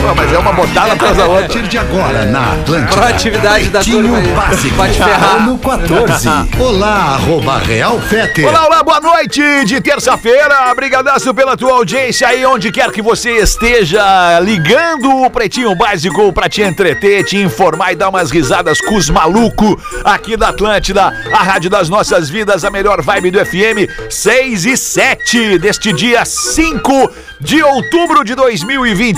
Pô, mas é uma botada atrás da A outra. partir de agora na Atlântida. Proatividade da Pretinho turma aí. Básico. Pode ferrar. Ano 14. Olá, arroba Real É. Fete. Olá, olá, boa noite de terça-feira. Brigadaço pela tua audiência aí, onde quer que você esteja ligando o Pretinho Básico pra te entreter, te informar e dar umas risadas com os malucos aqui da Atlântida, a rádio das nossas vidas, a melhor vibe do FM, 6 e 7 deste dia 5 de outubro de 2021.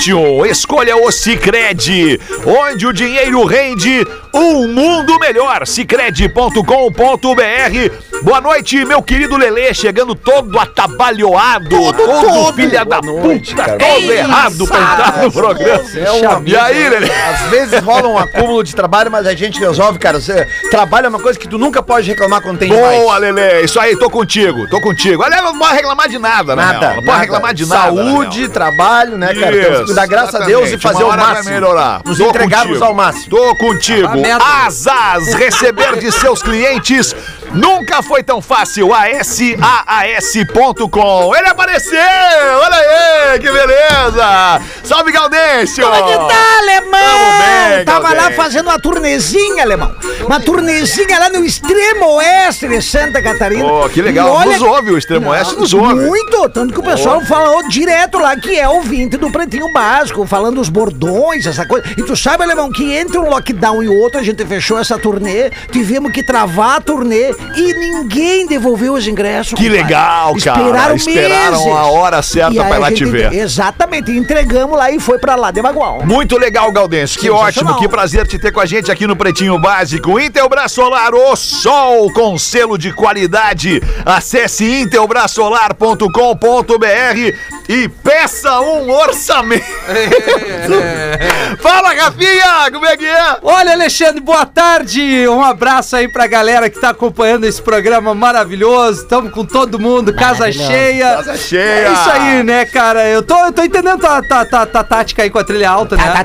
Escolha o Cicred, onde o dinheiro rende um mundo melhor. Cicred.com.br. Boa noite, meu querido Lelê, chegando todo atabalhoado, todo, filha da puta, todo errado pra entrar no programa. Tá É um E amigo. aí, Lelê? Às vezes rola um acúmulo de trabalho, mas a gente resolve, cara. Você trabalha é uma coisa que tu nunca pode reclamar quando tem Boa, Lelê, isso aí, tô contigo, tô contigo. Aliás, não pode reclamar de nada, né? Nada, Nel? Não nada. pode reclamar de nada. né, Nel? Saúde, trabalho, né, cara? Temos que dar graças a Deus e exatamente. fazer Uma o hora vai máximo. melhorar. Nos Tô entregarmos contigo. ao máximo. Tá Tô contigo. A meta. Asas, receber de seus clientes nunca foi tão fácil. ASAAS.com. Ele apareceu! Olha aí, que beleza! Salve, Gaudêncio! Como é que tá, Tamo alemão? bem, Tava Galdêncio. lá fazendo uma turnezinha, alemão. Uma turnezinha lá no extremo oeste de Santa Catarina. Pô, que legal. E Nos ouve, o extremo oeste nos ouve. Muito, tanto que o pessoal falou direto lá que é ouvinte do Pretinho Básico, falando os bordões, essa coisa. E tu sabe, alemão, que entre um lockdown e outro, a gente fechou essa turnê, tivemos que travar a turnê e ninguém devolveu os ingressos. Que compadre. legal, cara. Esperaram, Esperaram meses. a hora certa E aí pra ir a lá te gente- ver. Exatamente, entregamos lá e foi pra lá de Bagual. Muito legal, Gaudêncio. Que Sensacional. ótimo, que prazer te ter com a gente aqui no Pretinho Básico. Intelbras Solar, o sol com selo de qualidade. Acesse intelbrasolar.com.br e peça um orçamento. Fala, Rafinha, como é que é? Olha, Alexandre, boa tarde. Um abraço aí pra galera que tá acompanhando esse programa maravilhoso. Tamo com todo mundo, casa cheia. Casa cheia. É isso aí, né, cara? Eu tô, eu tô entendendo a tua, tua- tua tática aí com a trilha alta, né? tá,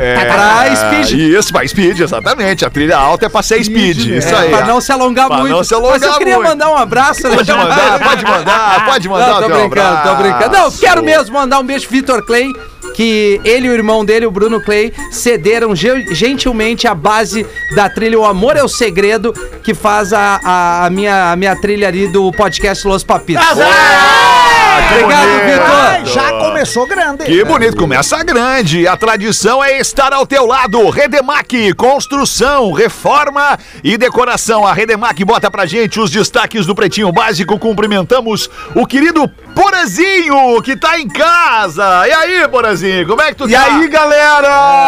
pra speed. É. Isso, pra speed, exatamente. A trilha alta é pra ser speed. Isso É, aí. Pra não se alongar Pra muito. não se alongar Mas eu queria muito. mandar um abraço, Pode Alexandre. mandar, pode mandar, pode mandar. Não, o tô teu brincando, tô abraço. brincando. Não, quero mesmo mandar um beijo pro Vitor Clay, que ele e o irmão dele, o Bruno Clay, cederam ge- gentilmente a base da trilha O Amor é o Segredo, que faz a, a, a minha, a minha trilha ali do podcast Los Papitos. Ah, que Obrigado, bonito. Vitor. Ah, já começou grande. Que bonito, começa grande. A tradição é estar ao teu lado. Redemac, construção, reforma e decoração. A Redemac bota pra gente os destaques do Pretinho Básico. Cumprimentamos o querido Porazinho, que tá em casa. E aí, Porazinho, como é que tu E tá? aí,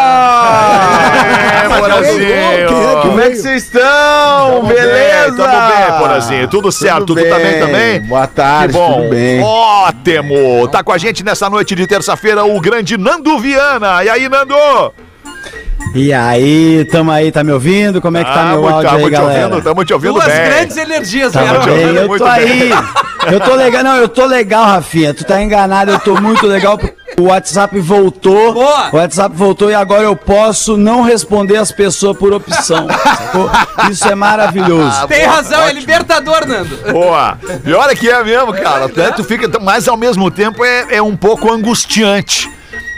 galera? É, Porazinho. Como é que vocês estão? Beleza? Tudo bem, Porazinho. Tudo certo. Tudo, tá bem também? Boa tarde, que bom. tudo bem. Ótimo. Tá com a gente nessa noite de terça-feira o grande Nando Viana. E aí, Nando? E aí, tamo aí, tá me ouvindo? Como é Ah, que tá meu áudio tamo aí, te galera? ouvindo, tamo te ouvindo Duas bem. grandes energias, né? Tamo te ouvindo bem, eu muito tô aí. Eu tô legal, não, eu tô legal, Rafinha. Tu tá enganado, eu tô muito legal. porque O WhatsApp voltou. Boa. O WhatsApp voltou e agora eu posso não responder as pessoas por opção. sacou? Isso é Ah, maravilhoso. Tem razão, é libertador, Nando. Boa. Pior é que é mesmo, cara. Até tu fica, mas ao mesmo tempo é, é um pouco angustiante.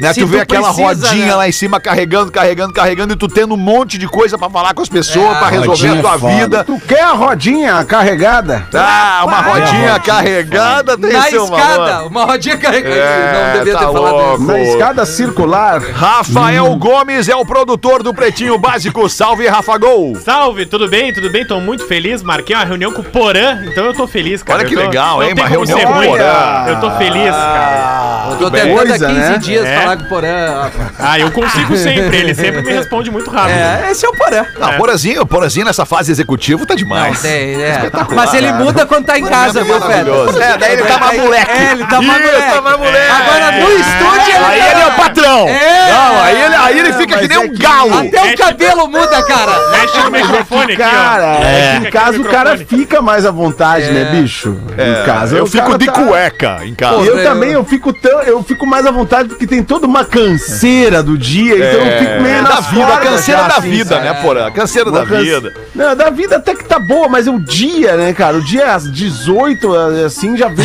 Né? Se tu vê tu aquela precisa, rodinha né? lá em cima carregando, carregando, carregando e tu tendo um monte de coisa pra falar com as pessoas, É, pra resolver rodinha a é tua foda. vida. Tu quer a rodinha carregada? Ah, uma É, rodinha rodinha carregada tem Na seu escada, valor. uma rodinha carregante. É, Não devia tá ter falado louco. isso. Na escada circular. Rafael Hum. Gomes é o produtor do Pretinho Básico. Salve, Rafa Gol! Salve, tudo bem? Tudo bem? Tô muito feliz. Marquei uma reunião com o Porã, então eu tô feliz, cara. Olha que Eu tô- legal, não hein? tem Uma como reunião ser com o ruim. Porã. Tá. Eu tô feliz, cara. Eu tô tentando há Coisa, 15 né? dias É, falar com o Porã. Ah, eu consigo sempre. Ele sempre me responde muito rápido. É, esse é o Porã. Ah, Porazinho, Porazinho nessa fase executiva tá demais. Não, tem, é. Mas ele muda quando tá em casa, viu, maravilhoso. Pedro? É, daí ele tá mais moleque. É, ele tá mais Isso, moleque. tá mais moleque. É. Agora no estúdio ele tá Aí ele é o patrão. É. Não, aí ele, aí ele fica Mas que nem é um que- galo. Até o cabelo muda, cara. Mexe no microfone aqui, Cara, ó. é que Fica em aqui caso no o cara microfone. fica mais à vontade, É. né, bicho? No caso, É, Eu o cara fico de tá- cueca em casa. E Pô, Eu também, eu fico tão, eu fico mais à vontade porque tem toda uma canseira do dia, então eu fico meio É. da na vida, corda canseira já, da Ah, assim, vida, é. sabe? né, Porã? Canseira da Uma canse- vida. Não, da vida até que tá boa, mas é o dia, né, cara? O dia às 18, assim, já vem.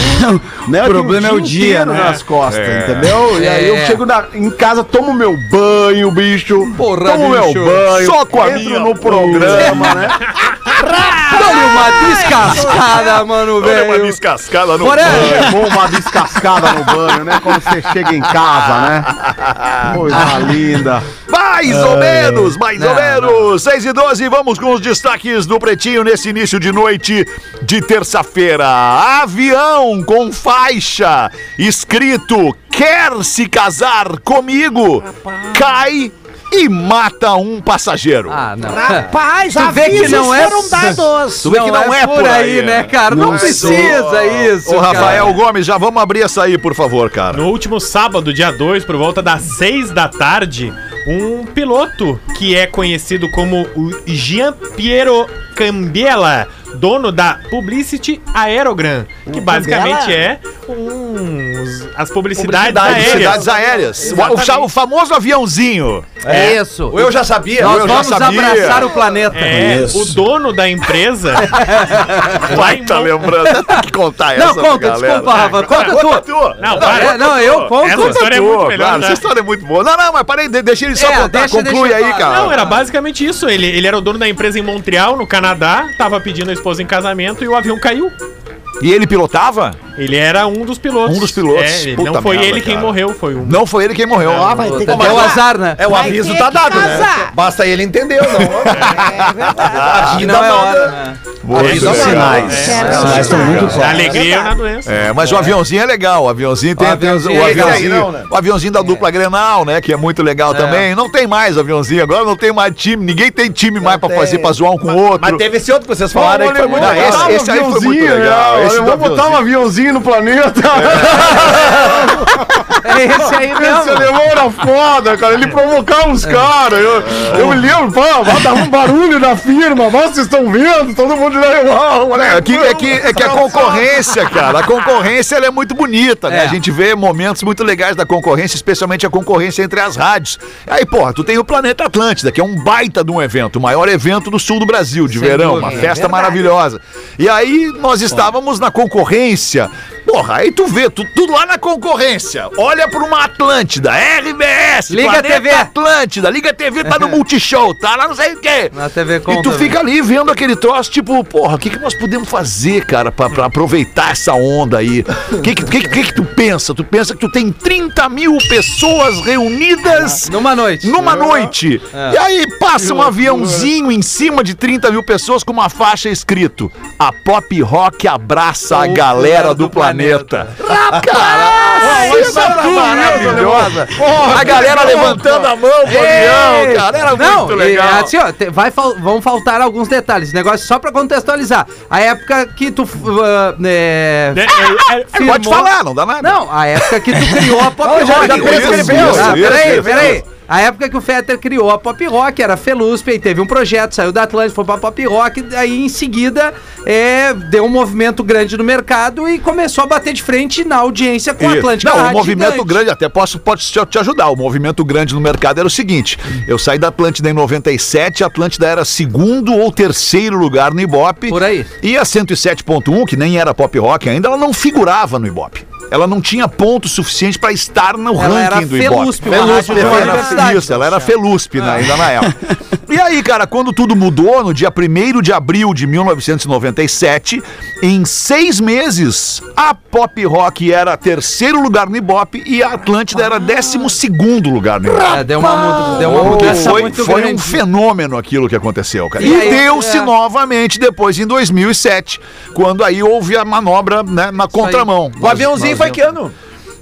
né, O problema é o dia, inteiro né? nas costas, É. entendeu? E aí eu É. chego na- em casa, tomo meu banho, bicho. Porra, tomo bicho. meu banho. Só com a entro minha. no programa, né? Dá-lhe uma descascada, mano, velho. descascada no Porã, É bom uma descascada no banho, né? Quando você chega em casa, né? Coisa linda. Mais ou menos, mais ou menos. 6 e 12, vamos com os destaques do Pretinho nesse início de noite de terça-feira. Avião com faixa escrito Quer se casar comigo? Cai e mata um passageiro. Ah, não. Rapaz, Tu vê que avisos não é- foram dados. Tu vê que não é por aí, né? né, cara? Não, precisa isso. Ô, Rafael cara. é- Gomes, já vamos abrir essa aí, por favor, cara. No último sábado, dia 2, por volta das 6 da tarde, um piloto que é conhecido como o Gian Piero Cambiela, dono da Publicity Aerogram, que basicamente é uns, as publicidades, aéreas. Cidades aéreas. O, o cha- o famoso aviãozinho. É isso. Eu já sabia. Nós eu já vamos sabia. abraçar o planeta. É, Isso. o dono da empresa. É, lá Vai em tá Mon- lembrando. Tem que contar essa Não, pra conta, galera. né? desculpa, Rafa. Conta Conta tu. tua. Não, Não, é, para. não, eu Essa conto. história é muito Pô, melhor. um claro, né? essa história é muito boa. Não, não, mas parei, de- deixa ele só É, contar. deixa- Conclui deixa ele aí, falar. cara. Não, era basicamente isso. Ele, ele era o dono da empresa em Montreal, no Canadá, tava pedindo a esposa em casamento e o avião caiu. E ele pilotava? Ele era um dos pilotos. Um dos pilotos. É, Puta não foi merda, ele quem cara. morreu, foi um. Não foi ele quem morreu. Ah, vai. Vai ter que É o azar, né? É, o Vai aviso ter tá que dado, né? casar. Basta ele entender, não. É verdade. Acho que não é hora, né? Boa, É, isso isso é é legal. sinais. Quero Os sinais estão muito Na claros. alegria ou na doença. É, mas o aviãozinho é legal. O aviãozinho tem, tem os- o aviãozinho é aviãozinho, legal. Não, né? o aviãozinho da dupla Grenal, né? Que é muito legal também. Não tem mais aviãozinho agora, não tem mais time. Ninguém tem time mais pra tem. fazer pra zoar um com o outro. Mas teve esse outro que vocês Olha, falaram aí que foi vou muito Não, botar legal. esse- esse aí foi muito aviãozinho, legal. né? Esse eu do vou botar um aviãozinho no planeta. É esse aí Esse mesmo. alemão era foda, cara. Ele provocava os caras. Eu, eu lembro, pá, vai dar um barulho na firma. Nossa, vocês estão vendo? Todo mundo já igual. É que, é, que, é que a concorrência, cara, a concorrência ela é muito bonita, né? É. A gente vê momentos muito legais da concorrência, especialmente a concorrência entre as rádios. Aí, porra, tu tem o Planeta Atlântida, que é um baita de um evento, o maior evento do sul do Brasil, de Sem verão, dúvida. É uma festa maravilhosa. E aí nós estávamos na concorrência. Porra, aí tu vê, tu, tu lá na concorrência, olha pra uma Atlântida, RBS, Liga Planeta TV. Atlântida, Liga TV tá no Multishow, tá lá não sei o quê. Na TV E tu Conta, né? fica ali vendo aquele troço, tipo, porra, o que, que nós podemos fazer, cara, pra, pra aproveitar essa onda aí? O que que, que, que que tu pensa? Tu pensa que tu tem 30 mil pessoas reunidas Numa noite. numa noite. É. E aí passa um aviãozinho em cima de 30 mil pessoas com uma faixa escrito: A pop rock abraça a O galera cara do do planeta. planeta." Caralho! Isso é maravilhosa! A galera levantando a mão pro avião, cara. Era Não, muito e, legal. assim, ó, te- vai fal- vão faltar alguns detalhes. Negócio só pra contextualizar. A época que tu. f- ah, é, É, é, é, firmou- Pode falar, não dá nada. Não, a época que tu criou a pop rock. já prescreveu. Ah, Isso, peraí, isso, peraí. A época que o Fetter criou a pop rock era Feluspe e teve um projeto, saiu da Atlântica, foi pra pop rock, daí em seguida é, deu um movimento grande no mercado e começou a bater de frente na audiência com a Isso. Atlântica. Não, o Rádio movimento grande, até posso, posso te, te ajudar. O movimento grande no mercado era o seguinte: eu saí da Atlântida em 97, a Atlântida era segundo ou terceiro lugar no Ibope. Por aí. E a 107.1, que nem era pop rock ainda, ela não figurava no Ibope. Ela não tinha ponto suficiente para estar no Ela era ranking do Ibope. Feluspe, uma rádio da ela universidade. É. isso, ela era Feluspe na- ainda na época. E aí, cara, quando tudo mudou, no dia 1 de abril de 1997, em seis meses, a Pop Rock era terceiro lugar no Ibope e a Atlântida Ah. era décimo segundo lugar no Ibope. É, deu uma, muda- deu uma Que mudança um foi, muito foi um grande. fenômeno aquilo que aconteceu, cara. E E, aí- deu-se é. novamente depois em 2007, quando aí houve a manobra né, na contramão. O aviãozinho foi que ano?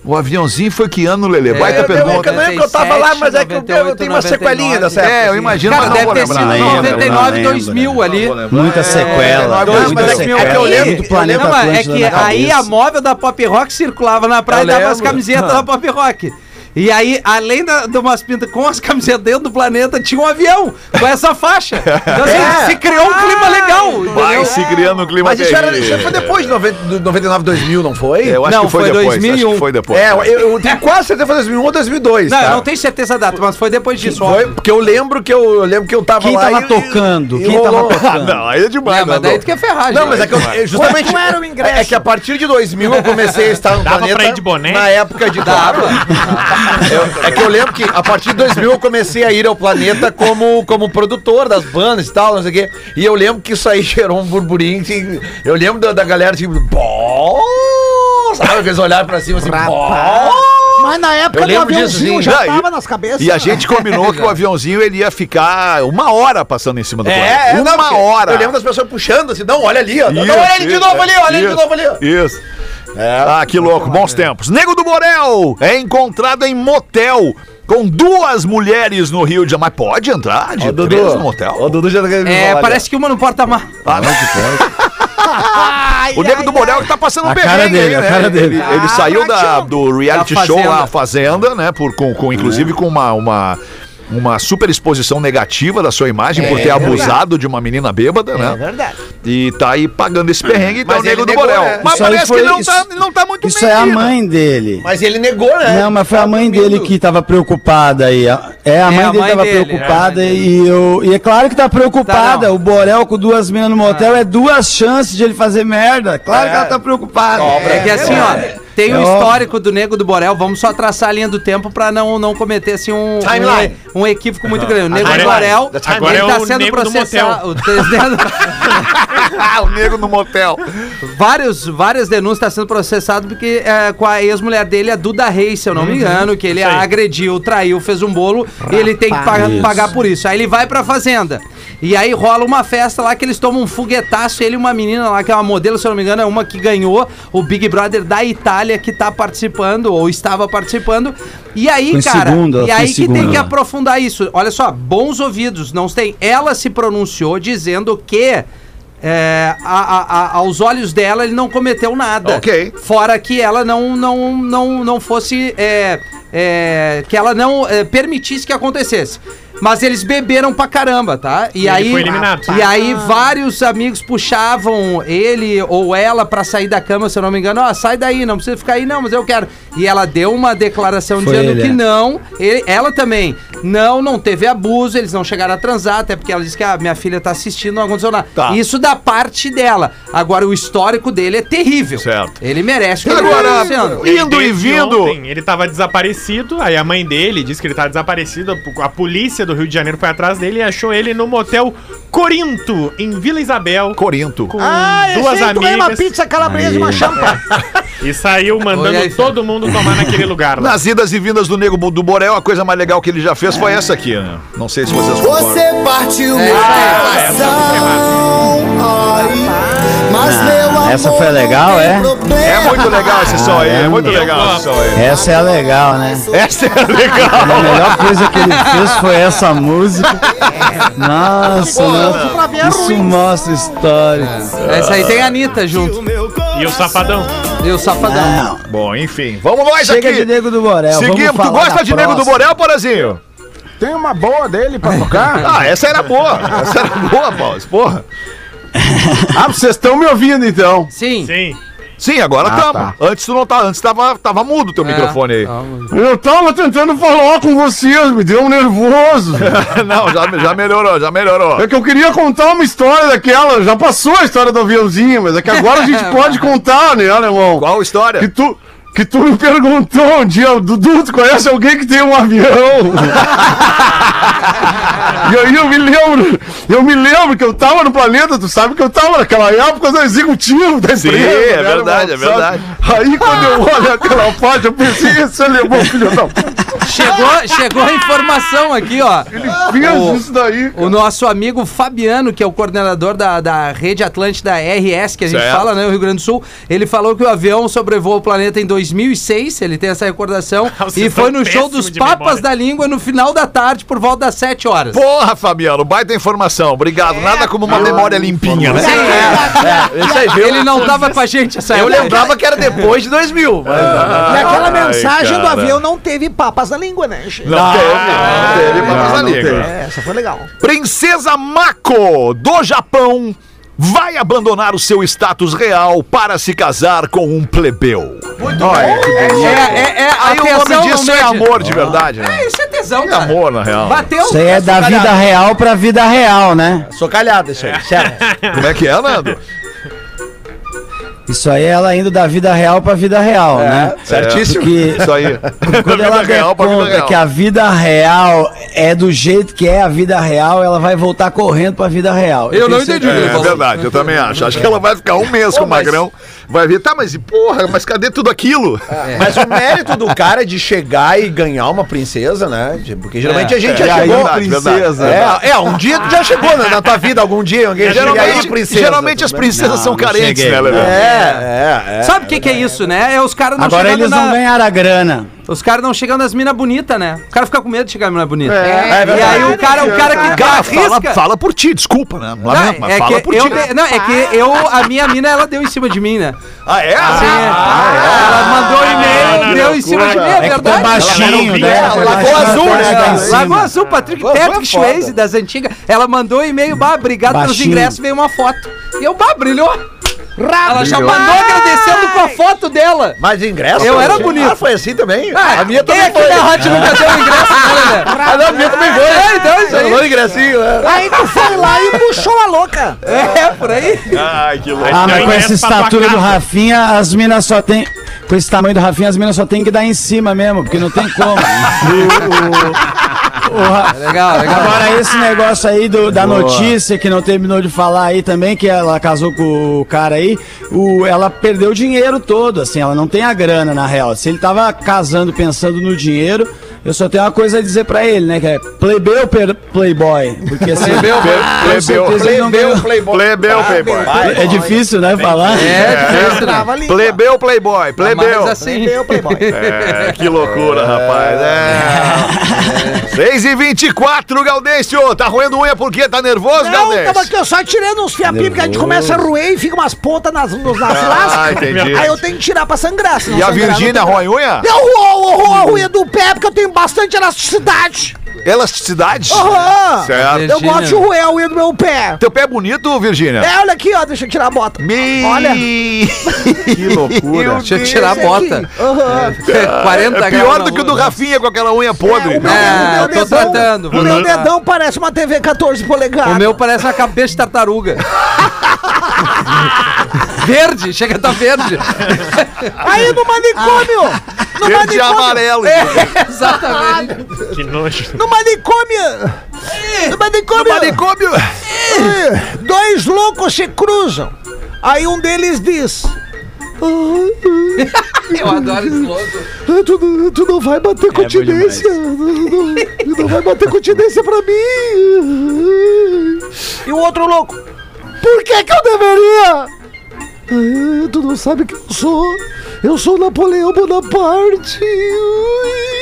O aviãozinho foi que ano, Lelê? É, Baita eu- eu- pergunta. não é que eu tava lá, mas é que eu- eu tenho uma 98, sequelinha dessa época. assim. É, eu imagino, assim. Cara, mas não vou deve ter lembrar. sido Não lembro, 99, não 2000 ali. Muita sequela. né? não, mas muita é que- sequela. é que eu lembro do planeta Não, mas é Atlântida que na aí cabeça. a móvel da Pop Rock circulava na praia e Eu dava as lembro. camisetas da Pop Rock. E aí, além da, de umas pintas com as camisetas dentro do planeta, tinha um avião com essa faixa. Então, assim, se criou um clima legal. Vai entendeu? se criando um clima Mas isso, era, terrível. isso foi depois de 90, do 99, 2000, não foi? É, Eu acho Não, que foi foi depois. 2001. Acho que foi depois. É, eu, eu tenho quase certeza que foi 2001 ou 2002. Não, tá? eu não tenho certeza da data, mas foi depois disso. ó. Foi, porque eu lembro que eu, eu lembro que eu tava Quem lá tava e- tocando? e Quem tava rolou- tocando? Ah, não, aí é demais, É, né? mas daí Nando? tu quer ferrar, Não, mas é que eu, é justamente Quanto era o ingresso? é que a partir de 2000 eu comecei a estar no Dava planeta pra ir de boné? na época de claro. Eu- é que eu lembro que a partir de 2000 eu comecei a ir ao planeta como como produtor das bandas e tal, não sei o quê. E eu lembro que isso aí gerou um burburinho. que- eu lembro da, da galera tipo, "Bó!" sabe que eles olharam pra cima assim, "Bó!" Mas na Eu época do lembro disso, aviãozinho sim. já Não, e- tava nas cabeças. E a gente combinou que o aviãozinho ele ia ficar uma hora passando em cima do É, é, planeta. não, uma porque hora. Eu lembro das pessoas puxando assim, não, olha ali, ó. Não, Isso, olha ele de isso, é. novo ali, olha ele de isso, novo ali. É. ó." Isso. ah, que louco, bons tempos. Nego do Borel é encontrado em motel com duas mulheres no Rio de Janeiro. Mas pode entrar de três no motel? Ô, Dudu já tá querendo me É, falar, parece que uma não porta mais. Ah, não, que pode. o Nego do Borel que tá passando um A cara perrengue aí, dele, a né? cara dele. Ele, ele saiu da, do reality Da show lá, Fazenda. A Fazenda, né? Por, com, com, É. inclusive com uma... uma uma super exposição negativa da sua imagem É, por ter abusado de uma menina bêbada, né? É verdade. E tá aí pagando esse perrengue, então Mas o nego ele do negou, Borel. né? Mas é. Isso aí parece foi- que não, isso- tá, não tá muito Isso bem é a aí, né? mãe dele. Mas ele negou, né? Não, mas foi a mãe dele que tava preocupada aí. É, a mãe a dele mãe tava dele, preocupada é a mãe e eu. E é claro que tá preocupada. Tá, não. Ah. o Borel com duas minas no motel é duas chances de ele fazer merda. Claro que ela tá preocupada. É que assim, ó, tem um É histórico do Nego do Borel, vamos só traçar a linha do tempo pra não, não cometer assim um, Timeline. um, um equívoco muito grande. O Nego Agora do é- Borel, agora ele é tá o sendo nego do processado. o tes- Ah, o nego no motel. vários, várias denúncias tá sendo processado porque é, com a ex-mulher dele, a Duda Reis, se eu não Uhum. me engano, que ele isso aí. a agrediu, traiu, fez um bolo e ele tem que pagar, Isso. pagar por isso. Aí ele vai pra fazenda. E aí rola uma festa lá que eles tomam um foguetaço, ele e uma menina lá, que é uma modelo, se eu não me engano, é uma que ganhou o Big Brother da Itália, que tá participando, ou estava participando. E aí, Foi em cara, segundo, ela e foi em aí que tem segundo. que aprofundar isso. Olha só, bons ouvidos, não tem. Ela se pronunciou dizendo que. é, a- a- a- aos olhos dela, ele não cometeu nada. Ok. Fora que ela não não não, não fosse é, é, que ela não é, permitisse que acontecesse. Mas eles beberam pra caramba, tá? E ele aí foi eliminado. e aí vários amigos puxavam ele ou ela pra sair da cama, se eu não me engano, ó, sai daí, não precisa ficar aí não, mas eu quero. E ela deu uma declaração Foi dizendo ele, que é. não, ele- ela também. Não, não teve abuso, eles não chegaram a transar, até porque ela disse que a minha filha tá assistindo, não aconteceu nada. Tá. Isso da parte dela. Agora o histórico dele é terrível. Certo. Ele merece o que ele tá Agora, merecendo. indo e Desde vindo. ontem, ele tava desaparecido, aí a mãe dele disse que ele tava desaparecido, a- a polícia do Rio de Janeiro foi atrás dele e achou ele no motel Corinto, em Vila Isabel, Corinto. com Ah, esse duas aí tu ganha uma amigas, pizza calabresa e uma champa. e saiu mandando Olha aí, todo mundo tomar naquele lugar lá. Nas idas e vindas do Nego do Borel, a coisa mais legal que ele já fez foi essa aqui, né? Não sei se vocês concordam. Você partiu meu coração, ai, mas meu amor. essa foi legal, não tem é? problema. É muito legal esse som aí, é muito Caramba. legal esse som aí. Essa é a legal, né? Essa é legal. A melhor coisa que ele fez foi essa música. É. Nossa, nossa. pra ver é Isso ruim. mostra história. Essa aí tem a Anitta junto. E o Safadão. E o Safadão. Bom, enfim, vamos nós Chega aqui. de é, Nego do Borel. Seguimos. Tu gosta de Nego do Borel, Porazinho? Tem uma boa dele pra tocar? Ah, essa era boa. Essa era boa, Paulo. Porra. ah, vocês estão me ouvindo então. Sim. Sim. Sim, agora Ah, tamo. tá. Antes tu não tá, antes tava, tava mudo É. teu microfone aí. Ah. Ah, Eu tava tentando falar com vocês, me deu um nervoso. não, já, já melhorou, já melhorou. É que eu queria contar uma história daquela, já passou a história do aviãozinho, mas é que agora a gente pode contar, né, alemão? Qual história? Que tu, que tu me perguntou um dia, Dudu, tu conhece alguém que tem um avião? e aí eu me lembro, eu me lembro que eu tava no planeta, tu sabe que eu tava naquela época do executivo da Sim, empresa. é né, verdade, irmão, é verdade. Aí quando eu olho aquela foto, eu pensei, esse é alemão, filho da puta. Chegou, chegou a informação aqui, ó. Ele fez isso daí. O nosso amigo Fabiano, que é o coordenador da, da Rede Atlântida RS, que a gente Certo. fala, né, o Rio Grande do Sul, ele falou que o avião sobrevoou o planeta em 2006, ele tem essa recordação, Vocês e foi são no show péssimos dos de Papas memória. da Língua no final da tarde, por volta das 7 horas. Porra, Fabiano, baita informação. É. Obrigado. Nada como uma memória limpinha, né? É, isso aí, viu? Ele não tava com a gente essa Eu época. lembrava que era depois de 2000. Mas... E aquela Ai, mensagem do cara. avião não teve papas na língua, né? gente? Não teve, não teve papas na não língua. teve. É, essa foi legal. Princesa Mako, do Japão, vai abandonar o seu status real para se casar com um plebeu. É, é, é, Aí o atenção, nome não disso é mede. amor de verdade, né? É, isso é tesão, É cara. amor, na real. Bateu. Isso aí é da vida real pra vida real, né? Sou calhado isso aí, sério. Como é que é, Nando? Isso aí é ela indo da vida real pra vida real, É. né? Certíssimo. Porque- Isso aí. Quando ela der conta que a vida real é do jeito que é a vida real, ela vai voltar correndo pra vida real. Eu não tenho entendi. certeza. É, é verdade, eu também acho. Acho que ela vai ficar um mês com o Magrão. Vai ver, tá, mas e porra, mas cadê tudo aquilo? É. Mas o mérito do cara é de chegar e ganhar uma princesa, né? De- Porque geralmente a gente é, já é chegou. verdade, princesa. É, é, um dia tu já chegou né, na tua vida, algum dia, alguém chega e aí, Geralmente, geralmente as princesas Não, são não carentes, cheguei, né, Lelê? É, é, é. Sabe o que, que é isso, né? É os caras não Agora chegando eles não na- ganharam a grana. Os caras não chegam nas minas bonitas, né? O cara fica com medo de chegar na mina bonita. É, é e verdade. aí o cara, o cara que Cara, cara, fala, fala por ti, desculpa, né? Lamento, mas é fala que por eu ti. dei- não, é que eu, a minha mina, ela deu em cima de mim, né? Ah, é? Sim, é. ela mandou um Ah, e-mail, não, deu em cima de mim, é, Tá verdade. baixinho, né? Ela Foi largou baixinho, azul, tá né, lá em cara? cima. Lagoa Azul, Patrick, Patrick Schweiz, das antigas, ela mandou um e-mail, bah, obrigado pelos Baixinho. ingressos, veio uma foto. E eu, bah, brilhou. Ela já mandou agradecendo com a foto dela. Mas ingresso. Eu era gente. bonito. Ah, foi assim também? Ah, a minha quem também aqui foi. na Hot nunca deu ingresso, né, Lelê? Ah, não, a minha também foi. É, então é isso aí. Falou ingressinho, né? Aí tu foi lá e puxou a louca. É, por aí. Ai, que louco. Ah, Aí mas tem com o essa ingresso pra tua estatura do casa. Rafinha, as minas só tem. Com esse tamanho do Rafinha, as minas só tem que dar em cima mesmo, porque não tem como. O- o- o Ra- Legal, legal. Agora, esse negócio aí do- da notícia que não terminou de falar aí também, que ela casou com o cara aí, o, ela perdeu o dinheiro todo, assim, ela não tem a grana na real. Se ele tava casando pensando no dinheiro, eu só tenho uma coisa a dizer pra ele, né? Que é plebeu per- playboy. Porque assim, Plebeu, com certeza ele não ganhou. plebeu, playboy. Plebeu, playboy. É difícil, né? Falar. É, difícil, né? Trava a língua. Plebeu, playboy. Plebeu. Mas assim, Plebeu, playboy. É, que loucura, rapaz. É. 6 e 24 Gaudêncio. Tá roendo unha por quê? Tá nervoso, Não, tava Gaudêncio? aqui, eu só tirando uns fiapinhos, porque a gente começa a roer e fica umas pontas nas, nos- nas Ah, lascas. entendi. Aí eu tenho que tirar pra sangrar, senão E a sangrar não Virgínia tem- rói unha? Eu roo, eu roo a unha do pé, porque eu tenho bastante elasticidade. Elasticidade? Aham. Certo. Eu Virgínia. gosto de roer a unha do meu pé. Teu pé é bonito, Virgínia? É, olha aqui, ó, deixa eu tirar a bota. Me... Olha. Que loucura. deixa eu tirar a Esse aqui. bota. Aham. É, 40 É pior graus do na que o do lua. Rafinha com aquela unha É, podre. o meu, É, o meu eu tô dedão, tratando, O vou meu tratar. dedão parece uma TV 14 polegadas. O meu parece uma cabeça de tartaruga. verde, chega a tá verde. Aí no manicômio! No Verde e manicômio! amarelo. É, exatamente. Que nojo. No manicômio! No manicômio! Manicômio. Dois loucos se cruzam. Aí um deles diz: Ah, Eu adoro esse louco. "Ah, tu, não- tu não vai bater continência! Tu não Então vai bater continência pra mim! E o outro louco: Por que que eu deveria? "Ah, tu não sabe quem eu sou? Eu sou Napoleão Bonaparte! Ui."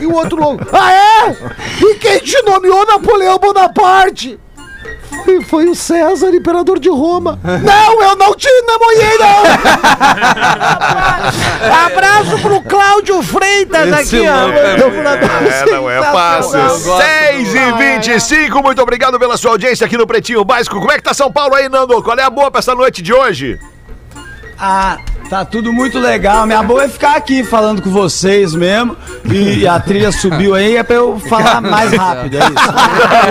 e o outro louco: Ah é? E quem te nomeou Napoleão Bonaparte? Foi, foi o César, imperador de Roma. Não, eu não te namorei, não! Abraço pro Cláudio Freitas Esse aqui, ó. louco é- Mandou pra nós. É, não é Sensacional. fácil. Eu gosto 6 e 25 muito obrigado pela sua audiência aqui no Pretinho Básico. Como é que tá São Paulo aí, Nando? Qual é a boa pra essa noite de hoje? Ah, tá tudo muito legal. Minha boa é ficar aqui falando com vocês mesmo. E a trilha subiu aí, é pra eu falar mais rápido, é isso.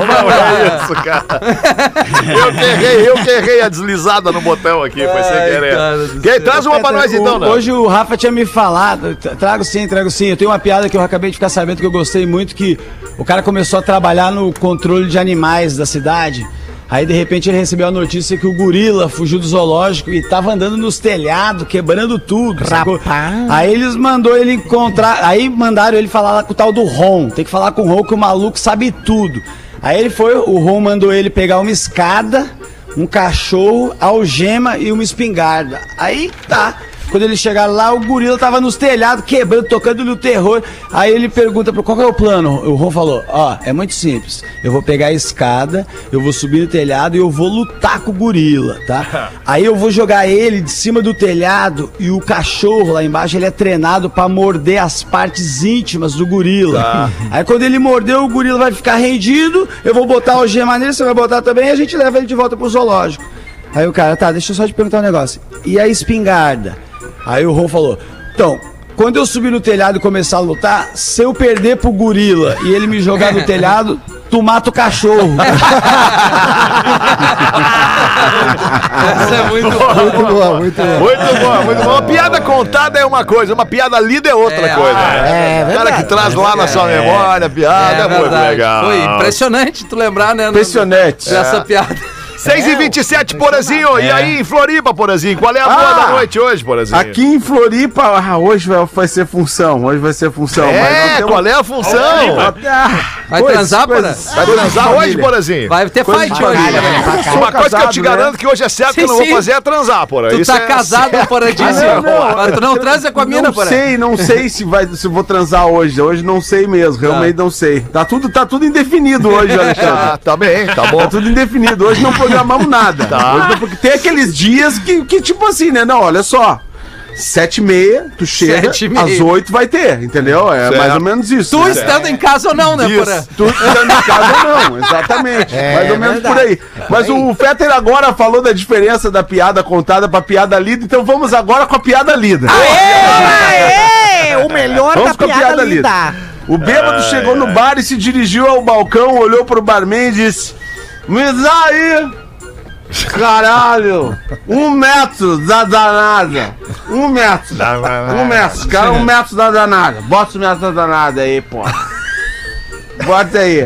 Não é isso, cara. Eu que errei, eu que errei a deslizada no botão aqui, foi sem Ai, querer. cara do Quem traz uma pra nós O- então, Nando? Hoje o Rafa tinha me falado, tra- trago sim, trago sim. Eu tenho uma piada que eu acabei de ficar sabendo que eu gostei muito, que o cara começou a trabalhar no controle de animais da cidade. Aí de repente ele recebeu a notícia que o gorila fugiu do zoológico e tava andando nos telhados, quebrando tudo. sacou? Rapaz. Aí eles mandou ele encontrar, aí mandaram ele falar lá com o tal do Ron. Tem que falar com o Ron que o maluco sabe tudo. Aí ele foi, o Ron mandou ele pegar uma escada, um cachorro, algema e uma espingarda. Aí tá. Quando ele chegar lá, o gorila tava nos telhados, quebrando, tocando no terror. Aí ele pergunta pro qual que é o plano? O Ron falou: "Ó, é muito simples. Eu vou pegar a escada, eu vou subir no telhado e eu vou lutar com o gorila, tá? Aí eu vou jogar ele de cima do telhado e o cachorro lá embaixo, ele é treinado pra morder as partes íntimas do gorila. Aí quando ele mordeu, o gorila vai ficar rendido, eu vou botar a algema nele, você vai botar também e a gente leva ele de volta pro zoológico. Aí o cara, tá, deixa eu só te perguntar um negócio. E a espingarda? Aí o Ron falou: Então, quando eu subir no telhado e começar a lutar, se eu perder pro gorila e ele me jogar no telhado, tu mata o cachorro. Essa é muito boa. Muito bom, muito bom. Muito bom, muito bom. Uma piada contada é uma coisa, uma piada lida é outra É, coisa. ah, né? é o cara verdade. que traz lá na sua memória a piada é, muito verdade. legal. Foi impressionante tu lembrar, né? Impressionante. Dessa piada. 6 e 27 Porazinho. E aí, em Floripa, Porazinho? Qual é a boa Ah! da noite hoje, Porazinho? Aqui em Floripa, ah, hoje vai, vai ser função, hoje vai ser função. É, mas não tem uma- qual é a função? Ah, Vai coisas, transar, Porã? coisas. Vai Vai transar hoje, Porã? Porazinho? Vai ter Coisa fight de hoje. família, né? velho. Sou Uma coisa que eu casado, te né? garanto que hoje é certo que eu Sim, não vou sim. fazer é transar, Porã. Tu Isso tá é- casado, porra, disse. Ah, não. Agora tu não transa com a mina, não porra. sei, não sei se vai, se eu vou transar hoje. Hoje não sei mesmo, realmente não sei. Tá tudo, tá tudo indefinido hoje, Ah, É. Alexandre. tá bem, tá bom. Tá tudo indefinido. Hoje não programamos nada. Tá. Hoje não- porque tem aqueles dias que, que, tipo assim, né? Não, olha só. Sete e meia, tu chega, Sete e meia. às oito vai ter, entendeu? É Certo. mais ou menos isso. Tu né? estando em casa ou não, né, porra? Isso, tu estando em casa ou não, exatamente. mais ou menos por aí. Mas o Fetter agora falou da diferença da piada contada pra piada lida, então vamos agora com a piada Ah, lida. Aê! É, O melhor Vamos da com a piada, piada linda. O bêbado chegou no bar e se dirigiu ao balcão, olhou pro barman e disse: Me dá aí! Caralho! Um metro da danada! Um metro! Um metro, cara, um metro da danada! Bota o metro da danada aí, pô! Bota aí!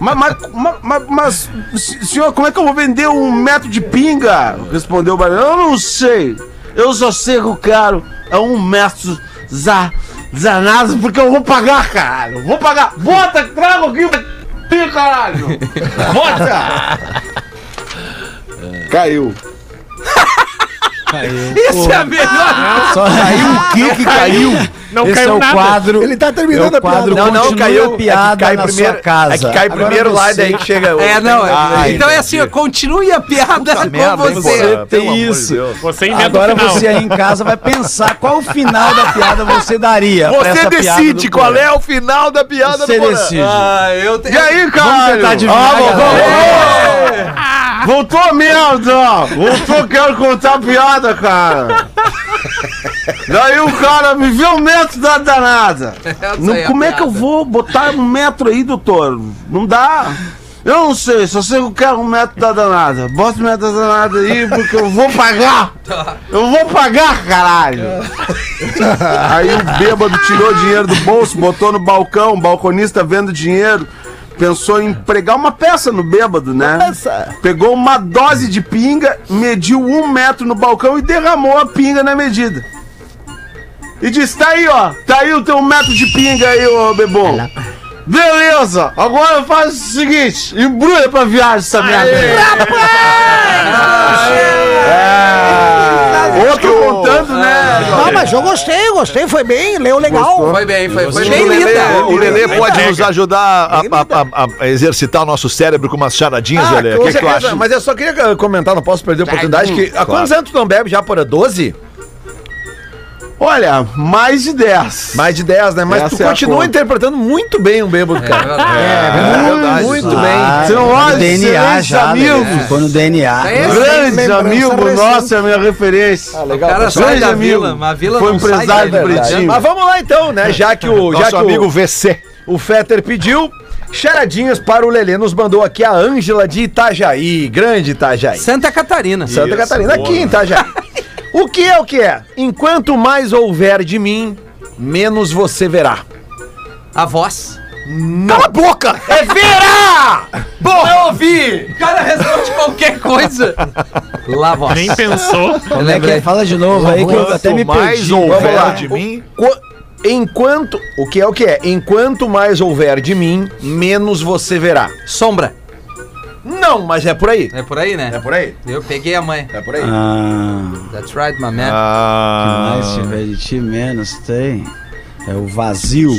mas, mas, mas- mas- mas, se- senhor, como é que eu vou vender um metro de pinga? Respondeu o barman. Eu não sei! Eu só sei que o caro é um metro za, zanado, porque eu vou pagar, caralho! Eu Vou pagar! Bota, traga aqui, pinga, caralho! Bota! Caiu. Isso é a Ah, melhor. Só aí O que que caiu? Não Esse é caiu o nada. quadro. Ele tá É terminando o a piada. quadro Não, não, continua caiu. a piada é que cai na primeiro, sua casa. É que cai Agora primeiro lá e você daí que chega. o- É, não. é- Ah, então é assim, ó, continue a piada com merda, hein, você. porra. tem Pelo amor de isso. Deus. Você inventa Agora o final. você aí em casa vai pensar qual o final da piada você daria. pra Você essa piada decide do qual Porã. é o final da piada Você do Porã. decide. Ah, eu te... E aí, Vamos Tá caralho? tentar Tá adivinhar. galera. É, Voltou mesmo, ó. Voltou, quero contar piada, cara. Daí o cara me viu um metro da danada. Essa Não, é a como é que eu piada. vou botar um metro aí, doutor? Não dá. Eu não sei, só sei que eu quero um metro da danada. Bota um metro da danada aí, porque eu vou pagar. Tá. Eu vou pagar, caralho. Aí o bêbado tirou o dinheiro do bolso, botou no balcão, o balconista vendo dinheiro. Pensou em pregar uma peça no bêbado, né? Pegou uma dose de pinga, mediu um metro no balcão e derramou a pinga na medida. E disse: tá aí, ó, tá aí o teu metro de pinga aí, ô bebom. Beleza, agora faz o seguinte: embrulha pra viagem essa merda. aí." É. Outro contando, Ah, né? Não, mas eu gostei, gostei, foi bem, leu legal. Foi bem, foi, foi bem O Lelê- linda. O Lelê pode Lelê. nos ajudar a, a- a- a exercitar o nosso cérebro com umas charadinhas, Ah, Lelê. O com que, que tu certeza, acha? Mas eu só queria eh, comentar, não posso perder a oportunidade. Que, há quantos anos tu não bebe já, porra? 12? Olha, mais de 10. Mais de 10, né? Mas Essa tu é a continua conta. interpretando muito bem um bêbado, cara. É Ah, verdade. muito Ah, bem. Ah, Você não tá Então, olha, no DNA excelentes já, né? amigos. Ficou no DNA. É esse. Grande lembrança amigo recente. nossa, minha referência. O cara sai Grande da amigo. vila, mas a vila Foi não sai empresário dele. do Pretinho. Mas vamos lá então, né? Já que o, já Nosso que amigo o, VC. o Fetter pediu, charadinhas para o Lelê. Nos mandou aqui a Ângela de Itajaí, grande Itajaí. Santa Catarina. Santa Catarina, aqui em Itajaí. o que é o que é? Enquanto mais houver de mim, menos você verá. A voz. Cala a boca! É Vera! Não ouvi! O cara responde qualquer coisa. Lava. Nem pensou. Eu Como é que é? lembrei. Fala de novo aí que eu até me mais perdi. Vamos lá. houver de mim, Qua- Enquanto. O que é o que é? Enquanto mais houver de mim, menos você verá. Sombra. Não, mas é por aí. É por aí, né? por aí. Eu peguei a mãe. É por aí. Ah, That's right, my man. ah, mais tiver de ti, menos tem. É o vazio.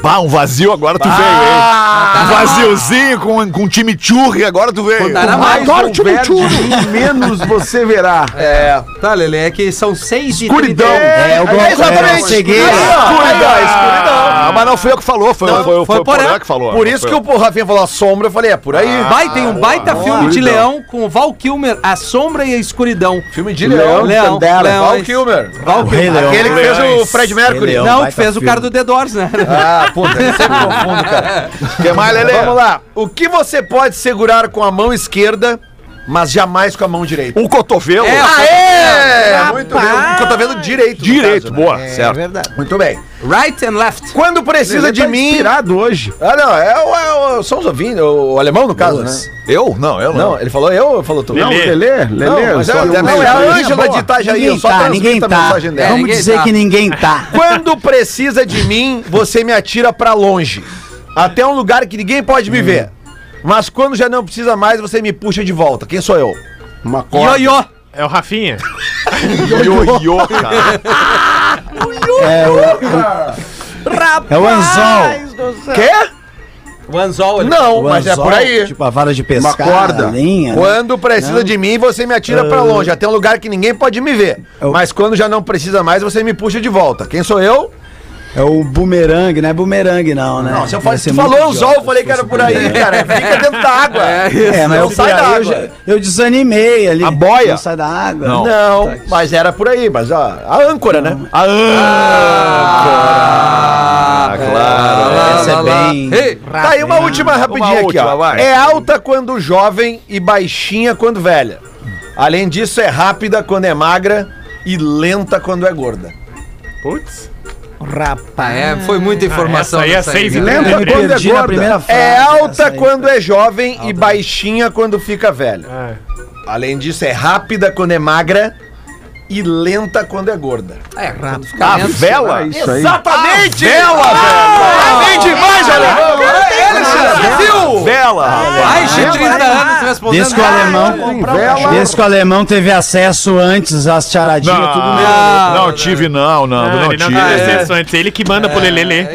bah, um vazio agora tu veio, Ah! hein? Um vaziozinho com, com um time churri, agora tu veio. Tá na mais Adoro o time houver churro. Menos você verá. É. Tá, Lele, é que são seis e um. Escuridão. trinta É o bloco, é a cegueira. Escuridão, Ah, mas não foi eu que falou, foi, foi, foi, o Porã. Porã que falou. Por isso que o Rafinha falou a sombra, eu falei, é por aí. e Ah, um baita, um baita filme de Leão com o Val Kilmer, A Sombra e a Escuridão. Filme de Leão, Leão. Leão, Leão, Val esse- Kilmer. Val O Rei Leão. Aquele que fez o Fred Mercury. É um Leão, Não, que baita fez o filme. cara do The Doors, né? Ah, puta, eu sempre confundo, cara. Que mais, Lelê? Vamos lá. O que você pode segurar com a mão esquerda, mas jamais com a mão direita? O cotovelo. É, Ah, é! Muito bem. Rapaz! O cotovelo direito. no Direito, caso, né? boa, É certo. verdade. Muito bem. Right and left. Quando precisa de mim. Inspirado hoje. Ah, não, é o, é o- são os ouvintes, o, o alemão, no caso, né? Eu? Não, eu não. Não, ele falou eu ou falou tu? Não, Lelê, Lelê. Não, mas é, só- não, é a Ângela de Boa. Itajaí, eu Ninguém só tá, transmito ninguém a tá. mensagem dela. Vamos ninguém dizer tá. que ninguém tá. Quando precisa de mim, você me atira pra longe. Até um lugar que ninguém pode Hum. me ver. Mas quando já não precisa mais, você me puxa de volta. Quem sou eu? Uma corda. Ioiô. É o Rafinha. Ioiô, cara. É o, é o anzol. Quê? O Anzol ali. Não, O mas é anzol, por aí. Tipo a vara de pescar. corda. a linha. né? Quando precisa de mim, você me atira pra longe. Até um lugar que ninguém pode me ver. Eu- Mas quando já não precisa mais, você me puxa de volta. Quem sou eu? É o bumerangue, não é bumerangue não, né? Não, se eu Vai falei, ser tu muito falou idiota anzol, eu falei se que era fosse por aí, bumerangue. cara. Fica dentro da água. É, mas eu, Não sai da eu, água. Tá já- eu desanimei ali. A boia. Não sai da água. Não. Não, mas era por aí, mas ó, a âncora, né? A âncora. claro. Essa é lá. bem- Ei, Tá aí uma última rapidinha aqui, última, ó. vai. É alta quando jovem e baixinha quando velha. Além disso, é rápida quando é magra e lenta quando é gorda. Putz. Tá, é, foi muita informação. essa aí é nessa seis e né? trinta. Eu me Quando é perdi na gorda. primeira frase. É Essa alta aí. quando é jovem e baixinha quando fica velha. É. Além disso, é rápida quando é magra e lenta quando é gorda. É, quando fica A lento. vela? Isso aí. Exatamente! Vela, velho! Ah, Bem demais, alemão! É Brasil! Vela. Mais de 30 anos respondendo. Desde que o alemão, Tem vela. desde que o alemão teve acesso antes às charadinhas, tudo melhorou. Ah, não tive, não, não, Ah, não, ele não tive. tem é. exceções. Ele que manda pro Lelele. É,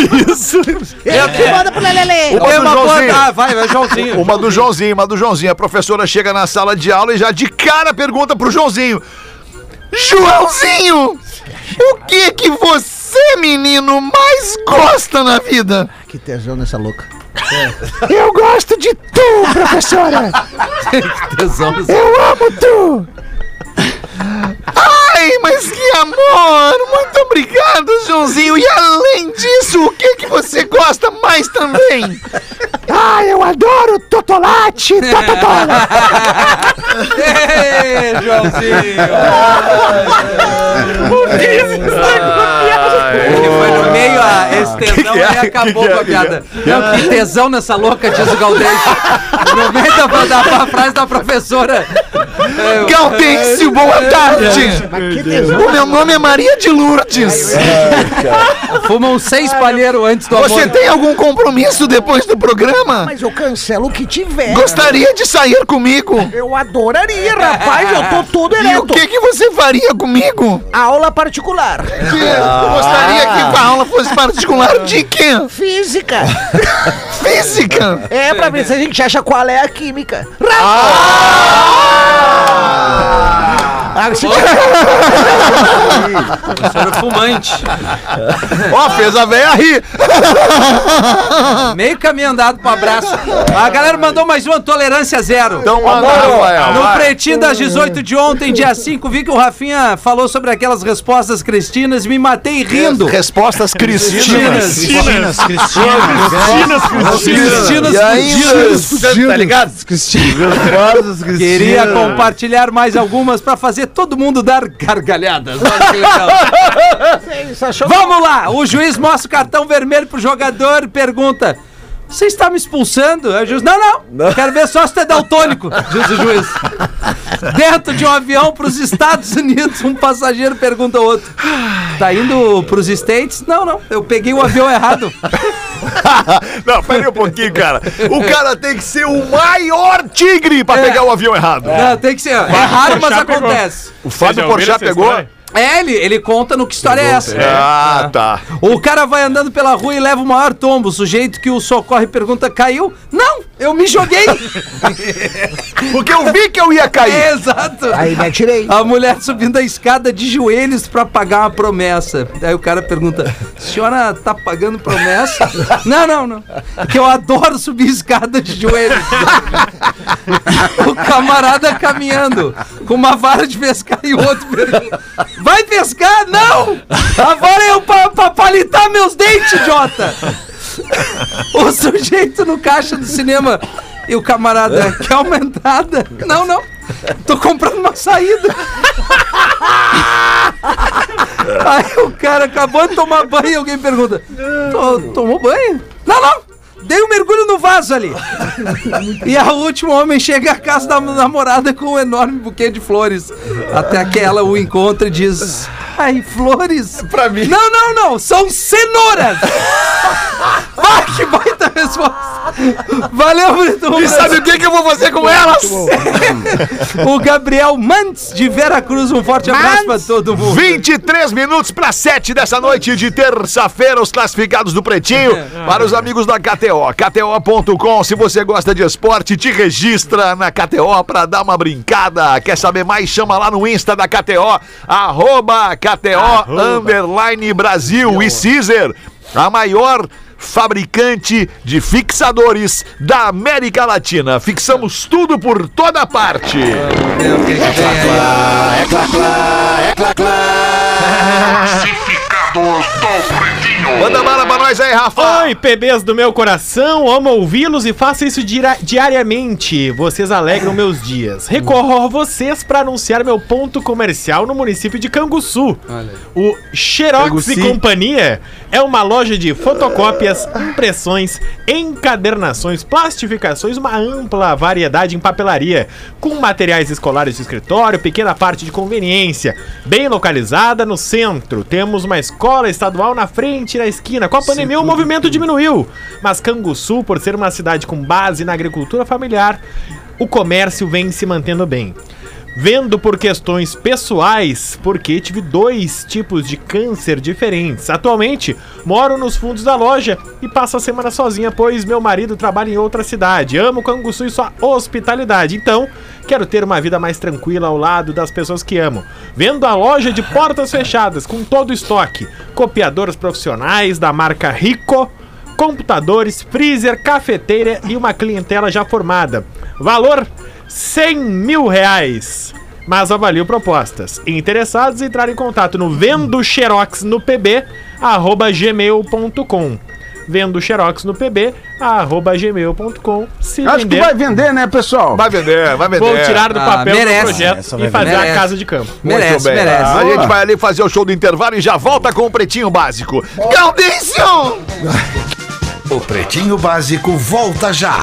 Ele que manda pro Lelele. Uma Tem do uma boa. Joãozinho. Ah, vai, vai, Joãozinho. Uma do Joãozinho, uma do Joãozinho. A professora chega na sala de aula e já de cara pergunta pro Joãozinho: Joãozinho, o que que você, menino, mais gosta na vida? É. Que tesão nessa louca. Eu gosto de tu, professora. Tesão. Eu amo tu. Ai, mas que amor! Muito obrigado, Joãozinho. E além disso, o que que você gosta mais também? Ah. Ai, eu adoro totolate. Tototola. É. Ei, Joãozinho. Ele foi no meio a esse tesão É. que é? e acabou Que que é? com a piada. Não, que tesão nessa louca, diz o Galdês. No meio da, da, da frase da professora. É, Gaudêncio, boa tarde. Que tesão. O meu nome é Maria de Lourdes. fumam seis palheiros antes do Você almoço. tem algum compromisso depois do programa? Mas eu cancelo o que tiver. é. Gostaria de sair comigo? Eu adoraria, rapaz. Eu tô todo E o ereto. que que você faria comigo? Aula particular. que eu gostaria que a aula fosse particular de quê? Física. Física! É pra ver se a gente acha qual é a química. Ah, se tá- Professora fumante. Ó, fez a véia rir! Meio caminho andado pro abraço. A galera mandou mais uma tolerância zero. Então manda, No Rafael! pretinho das 18 de ontem, dia 5, vi que o Rafinha falou sobre aquelas respostas cristinas me matei rindo. Respostas Cristinas. cristinas. Cristinas, Cristinas, Cristinas, Cristinas. Cristinas E ainda- fugidas. Tá ligado? Cristinas. Gostosas, Queria Cristina. compartilhar mais algumas pra fazer todo mundo dar gargalhadas. Olha que legal. Vamos lá! O juiz mostra o cartão vermelho pro jogador e pergunta: Você está me expulsando? Aí o juiz: Não, não! Quero ver só se tu é daltônico, diz o juiz. Dentro de um avião pros Estados Unidos, um passageiro pergunta ao outro: Tá indo pros States? Não, não, eu peguei o avião errado. Não, pera aí um pouquinho, cara. O cara tem que ser o maior tigre pra pegar o avião errado. Não, tem que ser. É raro, mas Porchat pegou. acontece. O Vocês já Fábio ouviram Porchat essa pegou. história? É, ele, ele conta no que história é essa. Ah, tá. O cara vai andando pela rua e leva o maior tombo. O sujeito que o socorre pergunta: caiu? Não, eu me joguei! Porque eu vi que eu ia cair. É, exato! Aí me atirei. A mulher subindo a escada de joelhos pra pagar uma promessa. Aí o cara pergunta: senhora tá pagando promessa? não, não, não. É que eu adoro subir escada de joelhos. o camarada caminhando com uma vara de pescar e o outro pergunta: vai pescar? Não! A vara é pra, pra palitar meus dentes, idiota! O sujeito no caixa do cinema. E o camarada quer uma entrada? Não, não. Tô comprando uma saída. Aí o cara acabou de tomar banho e alguém pergunta: "Tô- Tomou banho? Não, não. Dei um mergulho no vaso ali. E a última homem chega à casa da namorada com um enorme buquê de flores. Até que ela o encontra e diz: Ai, flores? Pra mim. Não, não, não. São cenouras. Vai, que baita resposta. Valeu, Brito. E sabe o que, que eu vou fazer com elas? O Gabriel Mantes de Veracruz. Um forte abraço pra todo mundo. 23 minutos para 7 dessa noite de terça-feira, os classificados do Pretinho É, para os amigos da KTO. KTO.com, se você gosta de esporte, te registra na KTO para dar uma brincada. Quer saber mais? Chama lá no Insta da KTO, arroba KTO underline Brasil e Caesar, a maior fabricante de fixadores da América Latina. Fixamos tudo por toda parte. Manda bala pra nós aí, Rafa. Oi, PBs do meu coração, amo ouvi-los e faço isso dira- diariamente. Vocês alegram meus dias. Recorro a vocês para anunciar meu ponto comercial no município de Canguçu. O Xerox e Companhia é uma loja de fotocópias, impressões, encadernações, plastificações, uma ampla variedade em papelaria, com materiais escolares de escritório, pequena parte de conveniência, bem localizada no centro. Temos uma escola estadual na frente e na esquina. Com a pandemia, o movimento diminuiu, mas Canguçu, por ser uma cidade com base na agricultura familiar, o comércio vem se mantendo bem. Vendo por questões pessoais, porque tive dois tipos de câncer diferentes. Atualmente, moro nos fundos da loja e passo a semana sozinha, pois meu marido trabalha em outra cidade. Amo Canguçu e sua hospitalidade. Então, quero ter uma vida mais tranquila ao lado das pessoas que amo. Vendo a loja de portas fechadas, com todo o estoque, copiadoras profissionais da marca Rico computadores, freezer, cafeteira e uma clientela já formada. Valor 100 mil reais. Mas avalio propostas. Interessados entrar em contato no Vendo Xerox no PB, arroba gmail.com. Vendo Xerox no PB, arroba gmail.com. Se Acho que vender, vai vender, né, pessoal? Vai vender, vai vender. vou tirar do Ah, papel o merece. projeto Essa vai e fazer vender. a casa de campo. Muito Merece, bem. merece. A tipo, gente vai ali fazer o show do intervalo e já volta com o Pretinho Básico. Gaudêncio! O Pretinho Básico volta já.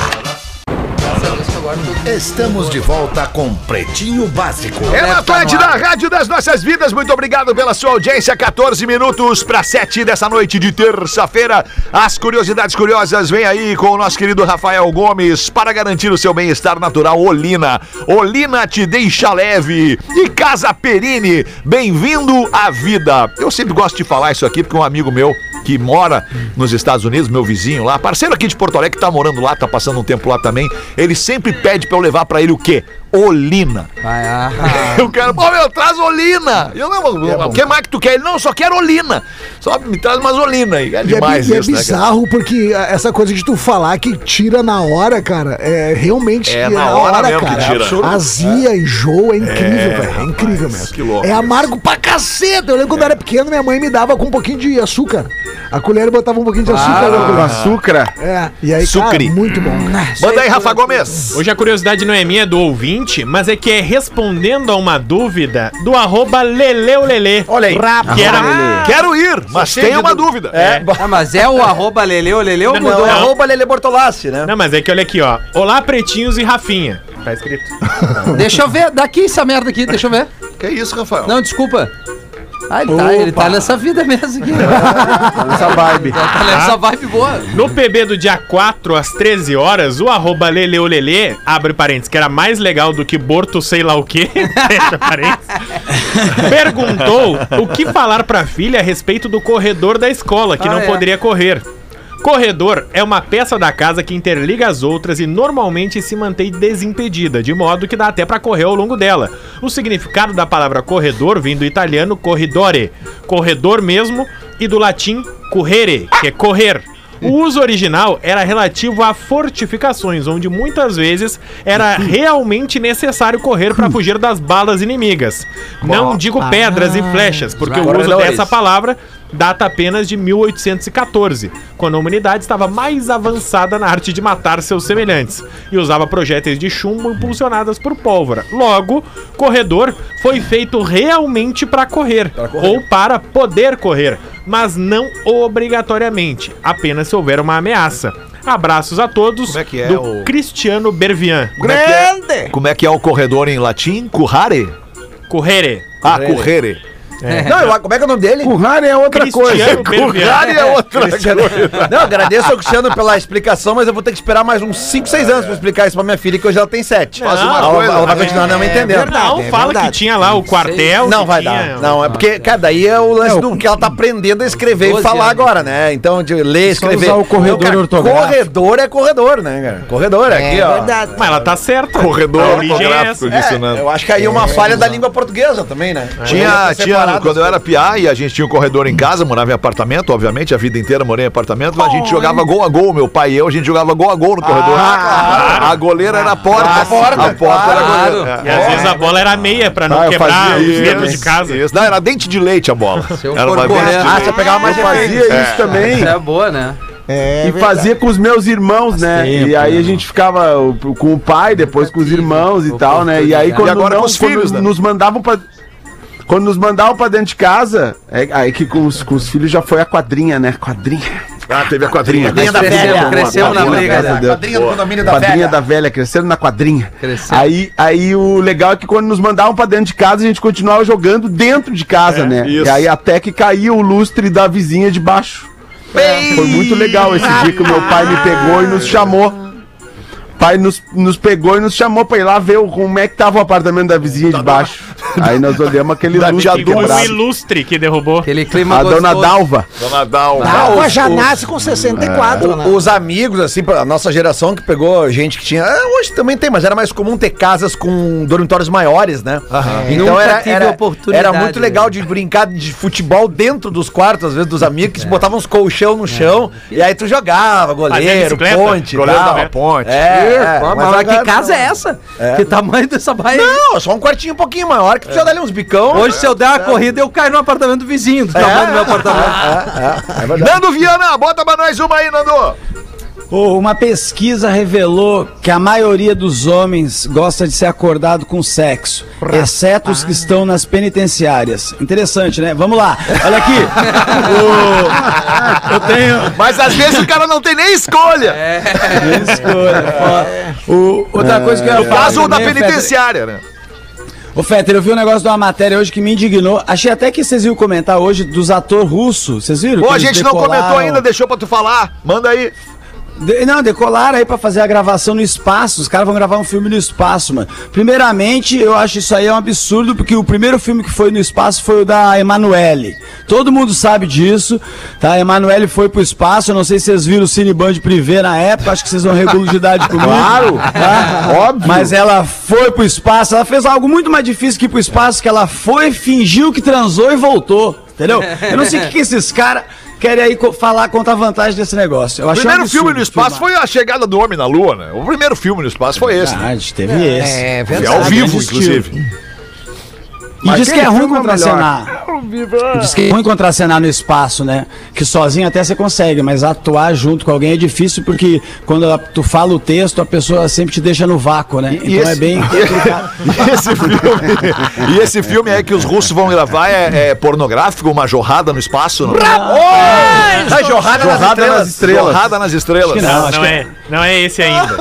Estamos de volta com Pretinho Básico. É na tá Atlântida, a Rádio das Nossas Vidas. Muito obrigado pela sua audiência. 14 minutos para 7 dessa noite de terça-feira. As curiosidades curiosas vem aí com o nosso querido Rafael Gomes para garantir o seu bem-estar natural. Olina. Olina te deixa leve. E Casa Perini, bem-vindo à vida. Eu sempre gosto de falar isso aqui porque um amigo meu que mora nos Estados Unidos, meu vizinho lá, parceiro aqui de Porto Alegre, que tá morando lá, tá passando um tempo lá também, ele sempre pede para eu levar para ele o quê? Olina. ah, Aí o cara, pô, meu, traz olina. Eu É não, o que mais que tu quer? Ele, não, só quero olina. Só me traz umas olina. aí. É E é, bi- demais e é isso, né, cara? bizarro porque ah, essa coisa de tu falar que tira na hora, cara, é realmente É na hora mesmo que tira. Azia, enjoo, é incrível, velho. É incrível mesmo. que louco é amargo pra caralho. caceta! Eu lembro quando eu era pequeno, minha mãe me dava com um pouquinho de açúcar. A colher botava um pouquinho de açúcar na colher. Ah, açúcar. Hum, É, e aí, Sucre. cara, muito bom. Manda aí, Rafa Gomes. Hoje a curiosidade não é minha, é do ouvinte, mas é que é respondendo a uma dúvida do arroba leleulele. Olha aí. Que era... Quero ir, mas tem uma dúvida. É, bo- Ah, mas é o arroba Leleu, Leleu Não, mudou. não, é não. arroba Lele Bortolassi, né? Não, mas é que olha aqui, ó. Olá, pretinhos e Rafinha. Tá escrito. Deixa eu ver, daqui essa merda aqui, deixa eu ver. É. Que isso, Rafael? Não, desculpa. Ah, ele tá, ele tá nessa vida mesmo aqui. Essa vibe. Tá Ah. nessa vibe boa. No PB do dia 4, às 13 horas, o arroba leleulele, abre parênteses, que era mais legal do que Borto sei lá o quê, fecha parênteses, perguntou o que falar pra filha a respeito do corredor da escola, que Ah, não é. poderia correr. Corredor é uma peça da casa que interliga as outras e normalmente se mantém desimpedida, de modo que dá até pra correr ao longo dela. O significado da palavra corredor vem do italiano corridore, corredor mesmo, e do latim correre, que é correr. O uso original era relativo a fortificações, onde muitas vezes era realmente necessário correr para fugir das balas inimigas. Não digo pedras e flechas, porque o uso dessa palavra data apenas de 1814, quando a humanidade estava mais avançada na arte de matar seus semelhantes e usava projéteis de chumbo impulsionadas por pólvora. Logo, corredor foi feito realmente para correr, ou para poder correr, mas não obrigatoriamente, apenas se houver uma ameaça. Abraços a todos Como é que é do o- Cristiano Bervian. Grande! Como é que é o corredor em latim? Currare? Correre. Ah, correre. Não, eu- como é que é o nome dele? Currar é outra coisa. Cristiano Bervian. é outra Não, agradeço ao Cristiano pela explicação, mas eu vou ter que esperar mais uns 5, 6 anos pra explicar isso pra minha filha, que hoje ela tem 7. Faz uma ela, coisa, ela vai né? continuar É, não me entendendo. Não, fala que tinha lá o quartel. Não que vai tinha- dar. Não, é porque, cara, daí é o lance do que ela tá aprendendo a escrever e 12 falar anos. agora, né? Então, de ler, Só escrever. usar o corredor Então, cara, ortográfico. Corredor é corredor, né, cara? Corredor, é aqui, ó. Mas ela tá certa. Corredor A origem é ortográfico essa. disso, É, né? eu acho que aí é uma falha da língua portuguesa também, É. né? Tinha, Corredor tinha, separado. quando eu era piá e a gente tinha um corredor em casa, morava em apartamento, obviamente, a vida inteira morei em apartamento, mas a gente jogava gol a gol, meu pai e eu, a gente jogava gol a gol no Ah, corredor. A goleira era a porta. A porta, era a claro. goleira. É. E às vezes a bola era meia pra não Ah, eu quebrar fazia os dedos isso, de casa. Isso, não, era dente de leite a bola. eu Era for uma dente de correr- leite. Ah, se eu pegava mais Eu referência. fazia isso também. Essa é boa, né? e fazia com os meus irmãos, né? e aí a gente ficava o- com o pai, depois com os irmãos e tal, né? E aí E quando, agora não, com os quando filhos, né? nos mandavam pra. Quando nos mandavam pra dentro de casa, é, aí que com os, com os filhos já foi a quadrinha, né? Quadrinha. Ah, teve a quadrinha. da velha. Boa, Cresceu quadrinha na da briga, velha, né? deu. Quadrinha do condomínio da Quadrinha velha. da velha, cresceram na quadrinha. Cresceu. Aí, aí o legal é que quando nos mandavam pra dentro de casa, a gente continuava jogando dentro de casa, né? isso. E aí até que caía o lustre da vizinha de baixo. É, Foi muito legal esse dia que o meu pai me pegou e nos chamou. Pai nos, nos pegou e nos chamou pra ir lá ver o- como é que tava o apartamento da vizinha de baixo. Aí nós olhamos aquele Da lustre tia Dulce. O quebrado. um ilustre que derrubou. Aquele clima A dona gostoso. Dalva. Dona Dal. Alva já nasce com 64, né? Os amigos, assim, pra- a nossa geração que pegou gente que tinha. ah, Hoje também tem, mas era mais comum ter casas com dormitórios maiores, né? Então Nunca era, tive era, oportunidade, era muito legal de brincar de futebol dentro dos quartos, às vezes, dos amigos, É. que botavam uns colchão no chão, e aí tu jogava, Fazia goleiro, bicicleta, ponte, Goleiro tal. da ponte. É, é, Mas, mas mas que agora casa não. é essa? Que tamanho dessa baia? é Não, só um quartinho um pouquinho maior que tu É. já dá ali uns bicão. Hoje, se eu der uma corrida, eu caio no apartamento do vizinho, É. do tamanho do meu É, apartamento. Nando Viana, bota pra nós uma aí, Nando. Ô, Uma pesquisa revelou que a maioria dos homens gosta de ser acordado com sexo, exceto os que estão nas penitenciárias. Interessante, né? Vamos lá. Olha aqui. O- Eu tenho. É. Mas às vezes o cara não tem nem escolha. Ó, o- É. Outra coisa que eu ia No caso da também, Fede- penitenciária, né? Ô, Fetter, eu vi um negócio de uma matéria hoje que me indignou. Achei até que vocês iam comentar hoje dos atores russos. Vocês viram? Pô, que a eles gente não comentou decolaram? ainda, deixou pra tu falar. Manda aí. De- não, decolaram aí pra fazer a gravação no espaço. Os caras vão gravar um filme no espaço, mano. Primeiramente, eu acho isso aí é um absurdo, porque o primeiro filme que foi no espaço foi o da Emanuele. Todo mundo sabe disso, tá? A Emanuele foi pro espaço. Eu não sei se vocês viram o Cineband Privé na época. Acho que vocês vão regular de idade comigo. Claro! Óbvio! Mas ela foi pro espaço. Ela fez algo muito mais difícil que ir pro espaço, que ela foi, fingiu que transou e voltou. Entendeu? Eu não sei o que, que esses caras querem aí co- falar, contar vantagem desse negócio. Eu O achei um primeiro absurdo filme no espaço filmar. foi a chegada do homem na lua, né? O primeiro filme no espaço foi esse. né? É, Ah, Verdade, teve esse. É É ao verdade. vivo, inclusive. E diz que é aquele ruim filme é contracenar. Diz que é ruim contracenar no espaço, né? Que sozinho até você consegue, mas atuar junto com alguém é difícil porque quando ela- tu fala o texto, a pessoa sempre te deixa no vácuo, né? Então é esse- bem complicado. E esse filme, e esse filme aí que os russos vão gravar é, é pornográfico, uma jorrada no espaço? Não? Ah, jorrada, Jorrada nas estrelas. Jorrada nas estrelas. Acho que não. Não, é, não é esse ainda.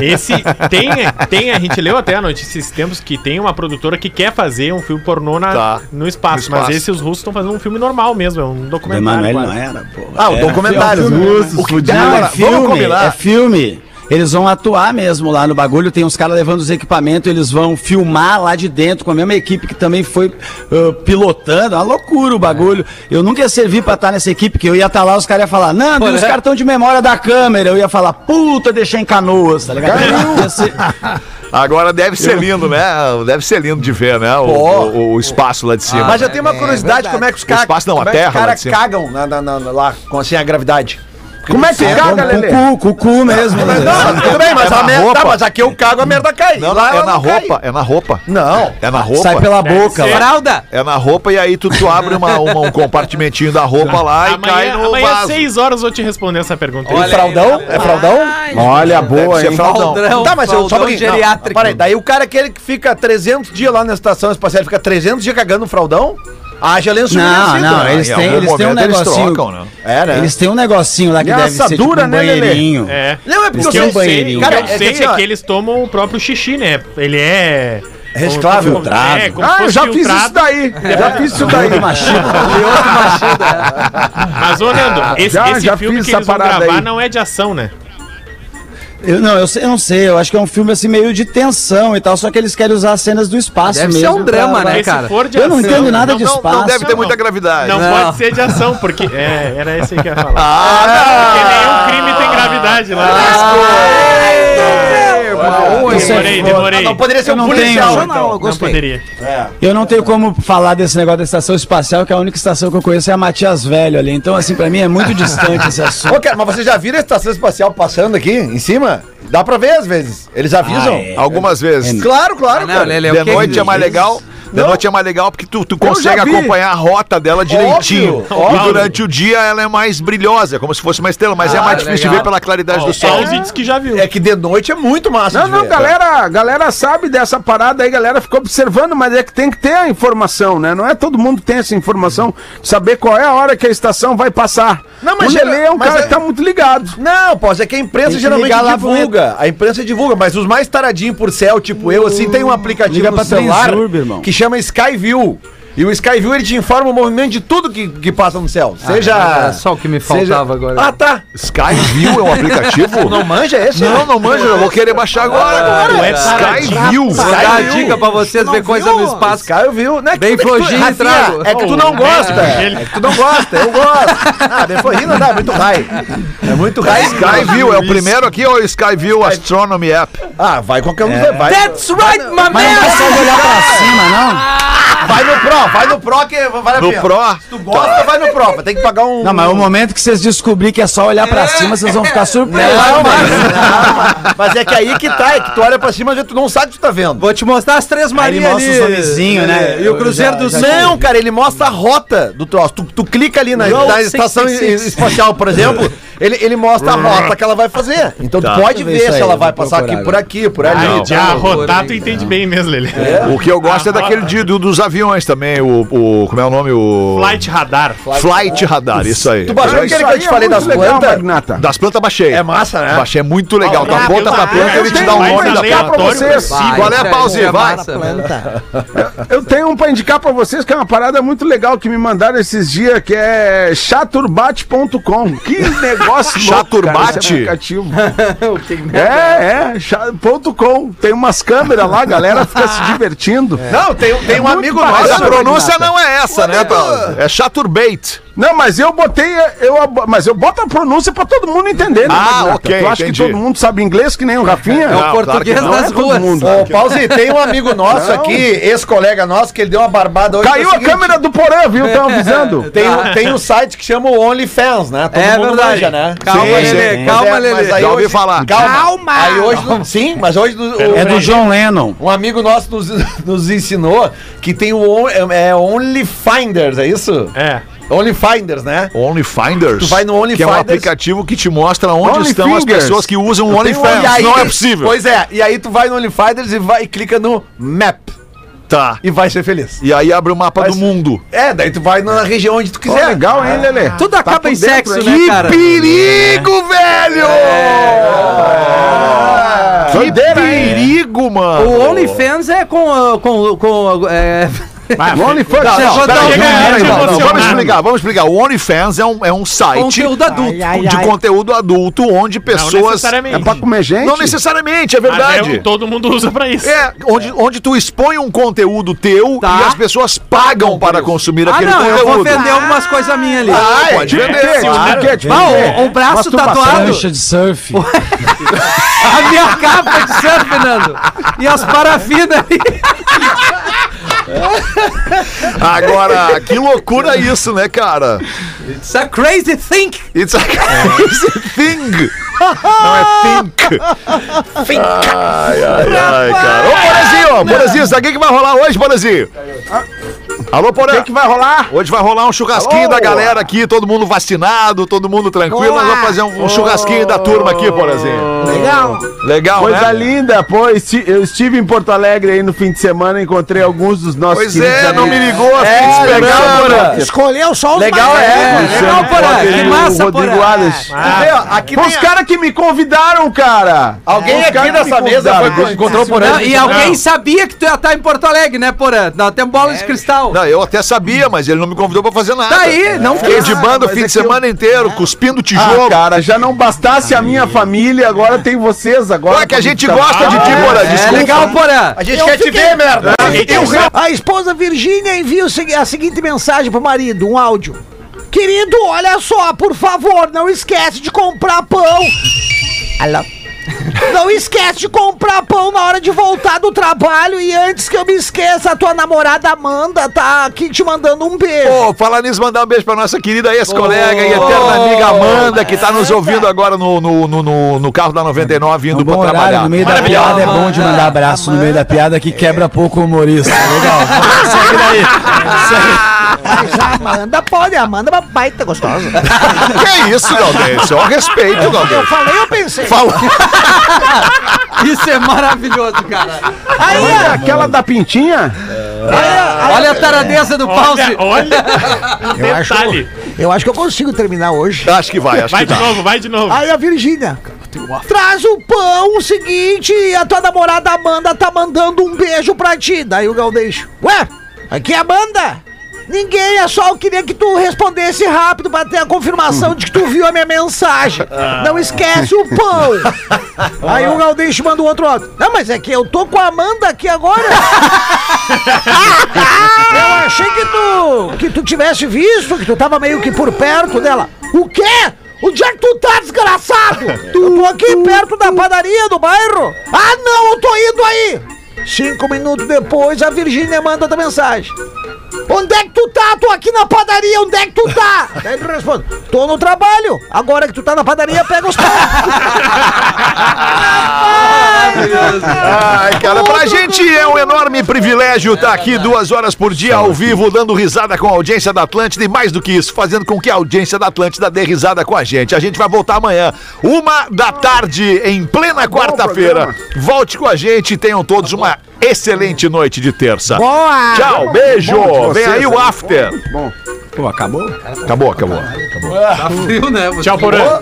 Esse tem, tem, a gente leu até a notícia esses tempos que tem uma produtora que quer fazer um filme pornô na- Tá. no, espaço, No espaço. mas esse os russos estão fazendo um filme normal mesmo, é um documentário. Emanuel não quase. era, pô. Ah, o documentário. Russos, fudidos. Não, Agora, é vamos filme, combinar. é filme. Eles vão atuar mesmo lá no bagulho. Tem uns caras levando os equipamentos, eles vão filmar lá de dentro com a mesma equipe que também foi ah, pilotando. É Uma loucura o bagulho. Eu nunca ia servir pra estar nessa equipe, que eu ia estar lá, os caras iam falar, Nando, e os cartão de memória da câmera. Eu ia falar, puta, deixei em canoas, tá ligado? Ia ser- Agora deve ser lindo, né? Deve ser lindo de ver, né? O, o- o espaço lá de cima. Mas já tem uma curiosidade, como é que os caras. espaço não, a como é que terra os lá caras de cima. cagam na, na, na, lá, com assim a gravidade. Como é que É, caga, com- Lelê? com o cu, com o cu mesmo. né? Não, mas tudo bem, mas É a na merda. roupa. Tá, mas aqui eu cago, a merda cai. Não, não, Lá é ela na não cai. roupa, é na roupa. Não. É na roupa. Sai pela boca. lá. Fralda! É na roupa e aí tu, tu abre uma, uma- um compartimentinho da roupa lá e cai Amanhã, no amanhã às vaso. 6 horas eu vou te responder essa pergunta. Olha aí, fraldão? É fraldão? Ai, Olha, Deve boa, ser hein? fraldão. Fraldão. Tá, mas eu só Fraldão porque, não, geriátrico. peraí, daí o cara é aquele que fica 300 dias lá na estação espacial, ele fica 300 dias cagando no fraldão, haja lenço Não, umedecido, não, né? eles em têm, algum eles têm um momento eles negocinho. trocam, né? É, né? Eles têm um negocinho lá que E deve essa ser dura, tipo um né, Lelê? banheirinho. É. Não, é porque Eles eu têm um sei. banheirinho. Cara, o que eu sei é que assim, é ó, que eles tomam o próprio xixi, né? Ele é. Reciclável. como- É, como se Ah, eu fosse já fiz filtrado. isso daí. é Já fiz isso daí. Mas, ô, Nando, esse, Já- esse já filme fiz que essa eles vão parada gravar aí. não é de ação, né? Eu, não, eu, sei- eu não sei, eu acho que é um filme assim meio de tensão e tal, só que eles querem usar cenas do espaço Deve mesmo. ser um drama, pra- né, Porque cara? se for de Eu não ação, entendo nada não- de não- espaço. Não deve ter Não. muita gravidade. Não, pode ser de ação, porque. É, era esse que eu ia falar. Ah, porque nenhum crime tem gravidade lá. Ah! Isso é demorei, foda. demorei. Não poderia ser Eu um não policial, tenho. então. eu Não poderia. Eu não tenho como falar desse negócio da estação espacial, que a única estação que eu conheço é a Matias Velho ali. Então, assim, pra mim é muito distante esse assunto. Ô, cara, mas vocês já viram a estação espacial passando aqui, em cima? Dá pra ver às vezes, eles avisam. é. Algumas vezes. Claro, claro, Ah, Não, cara. Lele, o De que- noite é mais legal. De Não. noite é mais legal porque tu, tu consegue já vi. acompanhar a rota dela direitinho. Óbvio, óbvio. E durante o dia ela é mais brilhosa, como se fosse uma estrela, mas é mais difícil de legal. ver pela claridade Ó, do o sol. Paulo disse que já viu. É que de noite é muito massa Não, de não, ver. galera, galera sabe dessa parada aí, galera ficou observando, mas é que tem que ter a informação, né? Não é todo mundo que tem essa informação, saber qual é a hora que a estação vai passar. Não, mas o Lelê é um mas cara é- que tá muito ligado. Não, pô, é que a imprensa Tem que geralmente ligar lá, divulga. A imprensa divulga, mas os mais taradinhos por céu, tipo eu, assim, tem um aplicativo Liga no pra celular Transurb, irmão. que chama Skyview. E o Skyview ele te informa o movimento de tudo que, que passa no céu. Ah, Seja. é era Tá só o que me faltava agora. Ah, tá. Skyview é um aplicativo? Não manja esse? né? Não, não manjo, eu vou querer baixar agora. Tu é Skyview. Vou dar a Skyview. dica pra vocês ver coisa no espaço. Skyview, né? Bem Que- que tu- flojinho e Rafinha, trago. É que tu não Oh, gosta. merda, É que tu não gosta, eu gosto. Ah, bem flojinho não dá, é muito high. É muito high. Skyview, é o primeiro aqui ou Skyview Astronomy App? É. Ah, vai qualquer um. Vai, That's right, my Mas não man! consegue olhar pra cima, não? vai no Pro, vai no Pro que vale a No pena. Pro? Tu gosta, vai no Pro, tem que pagar um. Não, mas é o momento que vocês descobrir que é só olhar pra cima, vocês vão ficar surpresos. Não, mas, não, mas- mas é que aí que tá, é que tu olha pra cima e tu não sabe o que tu tá vendo. Vou te mostrar as três Aí ele Marias mostra os ali. homenzinhos, né? E o Cruzeiro do Sul. Não, cara, ele mostra a rota do troço. Tu, tu clica ali na, Road na estação 66. es- espacial, por exemplo, ele, ele mostra a rota que ela vai fazer. Então tu pode Deixa eu ver ver isso se aí, ela eu vai vou passar procurar aqui, por agora. aqui, por ali. Ah, e já tal. rotar, tu entende bem mesmo, Lele. O que eu Ah, gosto é daquele de- do- dos aviões também, o, o- Como é o nome? O. Flight Radar. Flight Radar, isso aí. Tu baixou É É. aquele isso que eu aí. te falei das plantas? Magnata. Das plantas baixei. É massa, né? Baixei é muito legal. Da Ah, ponta eu pra planta tenho ele te dá o mais nome da aleatório planta. pra vocês. Vai, Qual é a isso pausa? é Vai. massa, velho. Eu tenho um pra indicar pra vocês que é uma parada muito legal que me mandaram esses dias, que é chaturbate.com. Que negócio louco, cara, esse Chaturbate? aplicativo. É, é, cha- ponto .com. Tem umas câmeras lá, a galera fica se divertindo. É. É Não, tem, tem um amigo Mas nosso. a pronúncia não é essa, né, Paulo? É chaturbate. Não, mas eu botei. Eu, ab- mas eu boto a pronúncia pra todo mundo entender, né? Ah, Magnata? ok, Tu acha entendi. que todo mundo sabe inglês, que nem o Rafinha? É o claro que português não, Não é das todo ruas. mundo. Ô, Pause, tem um amigo nosso Não. aqui, ex-colega nosso, que ele deu uma barbada hoje. que Caiu é o a seguinte, câmera do Porã, viu? Tão avisando. Tem, um- tem um site que chama o OnlyFans, né? Todo É mundo verdade. manja, né? Calma, Sim, Lelê, sim. calma, Mas é- Lelê. mas aí Já ouvi hoje- falar. Calma. Calma. Aí hoje, não- sim, mas hoje... o- É do John Lennon. Um amigo nosso nos, nos ensinou que tem o on- é, é OnlyFinders, é isso? É. OnlyFinders, né? OnlyFinders. Tu vai no Que é um OnlyFinders. aplicativo que te mostra onde Only estão as Fingers. pessoas que usam o Tem um- e OnlyFans. aí- Não é possível. Pois é, e aí tu vai no OnlyFinders e vai e clica no Map Tá. e vai ser feliz. E aí abre o mapa Mas- do mundo. É, daí tu vai na região onde tu Pô, quiser. legal, hein, Lelê? Tudo acaba em sexo, né, cara? Perigo, velho! Que perigo, mano! O OnlyFans é com. ah, com, com é... OnlyFans. Não, não, peraí, não, não, peraí, peraí, não, não, não, não, não. tá Vamos explicar, vamos explicar. O OnlyFans é um, é um site Conteúdo adulto. Ai, ai, de ai. conteúdo adulto onde pessoas. Não necessariamente. É pra comer gente? Não necessariamente, é Mas é verdade. o- todo mundo usa pra isso. É, onde, onde tu expõe um conteúdo teu Tá. e as pessoas pagam para consumir Ah, aquele não, eu vou conteúdo. vender algumas coisas minhas ali. Ah, né? Ah, pode vender. É, claro. claro. o, o braço tatuado, É. Prancha de surf. a minha capa de surf, Fernando. E as parafinas ali. Agora, que loucura isso, né, cara? It's a é crazy thing. It's a crazy thing. Não é think. think. Ai, ai, ai, cara. Ô, Porazinho, Porazinho, sabe o que que vai rolar hoje, Porazinho? Alô, Porã. O que, vai rolar? Hoje vai rolar um churrasquinho da galera aqui, todo mundo vacinado, todo mundo tranquilo. Nós vamos fazer um, um churrasquinho da turma aqui, Porazinho. Legal. Legal, né? É. Coisa linda, pô. esti- Eu estive em Porto Alegre aí no fim de semana, encontrei alguns dos nossos Pois queridos é, não me amigos. ligou, fiquei te legal, esperando. Porã. Escolheu só né? os Legal mais- é, Legal, Porã. Que massa, Rodrigo Porã. Wallace. Tu vê, ó, aqui Pô, tem os a- caras que me convidaram, cara. Alguém Os aqui caras que nessa me mesa convidaram. foi, encontrou por Não, aí. e alguém sabia que tu ia estar em Porto Alegre, né, Porã? Não, tem bola de cristal. Não, eu até sabia, mas ele não me convidou pra fazer nada. Tá aí, não Fiquei fez. de banda o mas fim é de que eu- semana inteiro, cuspindo Ah, tijolo. cara, já não bastasse a minha família, agora tem vocês agora. é Ué, que a gente Tá- gosta de ti, Porã, É desculpa. legal, Porã. A gente Eu quer te fiquei- ver, merda. um A esposa Virgínia envia o segui- a seguinte mensagem pro marido, um áudio. Querido, olha só, por favor, não esquece de comprar pão. Alô? Não esquece de comprar pão na hora de voltar do trabalho e antes que eu me esqueça, a tua namorada Amanda tá aqui te mandando um beijo. Pô, falar nisso, mandar um beijo pra nossa querida ex-colega e eterna amiga Amanda, que tá nos ouvindo agora no, no, no, no- no carro da 99, indo Um pra bom horário, trabalhar. no meio da piada é bom de mandar abraço no meio da piada que quebra pouco o humorista. Legal. Segue daí. Mas a Amanda pode, a Amanda é uma baita gostosa. Que isso, Galdêncio? Ó, respeito, Eu Galdêncio. falei, eu pensei. Fala. Isso é maravilhoso, cara. Aí, Olha, É, aquela da pintinha? É. Olha a taradeza do pause. Olha, olha. Eu acho, Detalhe. eu acho que eu consigo terminar hoje. Acho que vai, acho Vai que de Tá. dá. novo, vai de novo. Aí a Virgínia. Traz o pão, o seguinte, a tua namorada Amanda tá mandando um beijo pra ti. Daí o Galdeixo. Ué, aqui é a Amanda? Ninguém, é só eu queria que tu respondesse rápido pra ter a confirmação de que tu viu a minha mensagem. Não esquece o pão. Aí o Galdeixo manda o outro áudio. Não, mas é que eu tô com a Amanda aqui agora. eu achei que tu, que tu tivesse visto, que tu tava meio que por perto dela. O quê? Onde é que tu tá, desgraçado? Eu tô aqui perto da padaria do bairro. Ah, não, eu tô indo aí. Cinco minutos depois, a Virgínia manda outra mensagem. Onde é que tu tá? Tô aqui na padaria, onde é que tu tá? Daí ele responde, tô no trabalho. Agora que tu tá na padaria, pega os pés. Ai, cara, pra gente é um enorme privilégio estar aqui duas horas por dia ao vivo, dando risada com a audiência da Atlântida e mais do que isso, fazendo com que a audiência da Atlântida dê risada com a gente. A gente vai voltar amanhã, uma da tarde, em plena quarta-feira. Volte com a gente e tenham todos uma excelente noite de terça. Boa! Tchau, beijo! Bom de Vem aí vocês, o after. Bom. Pô, acabou? Acabou, acabou. Frio, né? Tchau, Porã.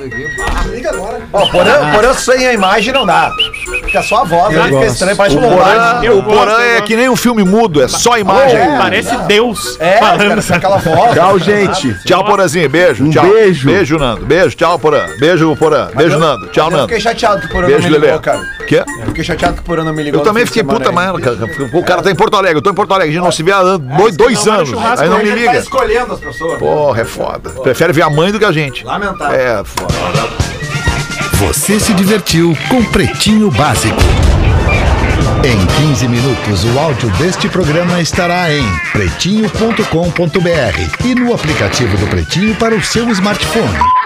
Ó, Porã, porã sem a imagem não dá. Fica só a voz, né? Fica gosto. estranho, parece O um Porã, lombardo. Eu o Porã gosto, eu é gosto. que nem um filme mudo, é só imagem. é. Parece Deus É, falando cara, essa fica aquela voz. Tchau, gente. Tchau, Porãzinho. Beijo. Um tchau. beijo. Beijo, Nando. Beijo. Tchau, Porã. Beijo, Porã. Beijo, eu- Nando. Tchau, Eu Nando. fiquei chateado que o Porã não Beijo, me ligou, Lelê. cara. Quê? Eu fiquei chateado que o Porã não me ligou. Eu no também fim de fiquei semana puta, aí. mas cara, o cara tá em Porto Alegre, eu tô em Porto Alegre, a gente não se vê há an- dois, dois não vai no anos, churrasco, aí não me ele liga. tá escolhendo as pessoas. Porra, é foda. Prefere ver a mãe do que a gente. Lamentável. É, foda. Você se divertiu com Pretinho Básico. Em 15 minutos, o áudio deste programa estará em pretinho.com.br e no aplicativo do Pretinho para o seu smartphone.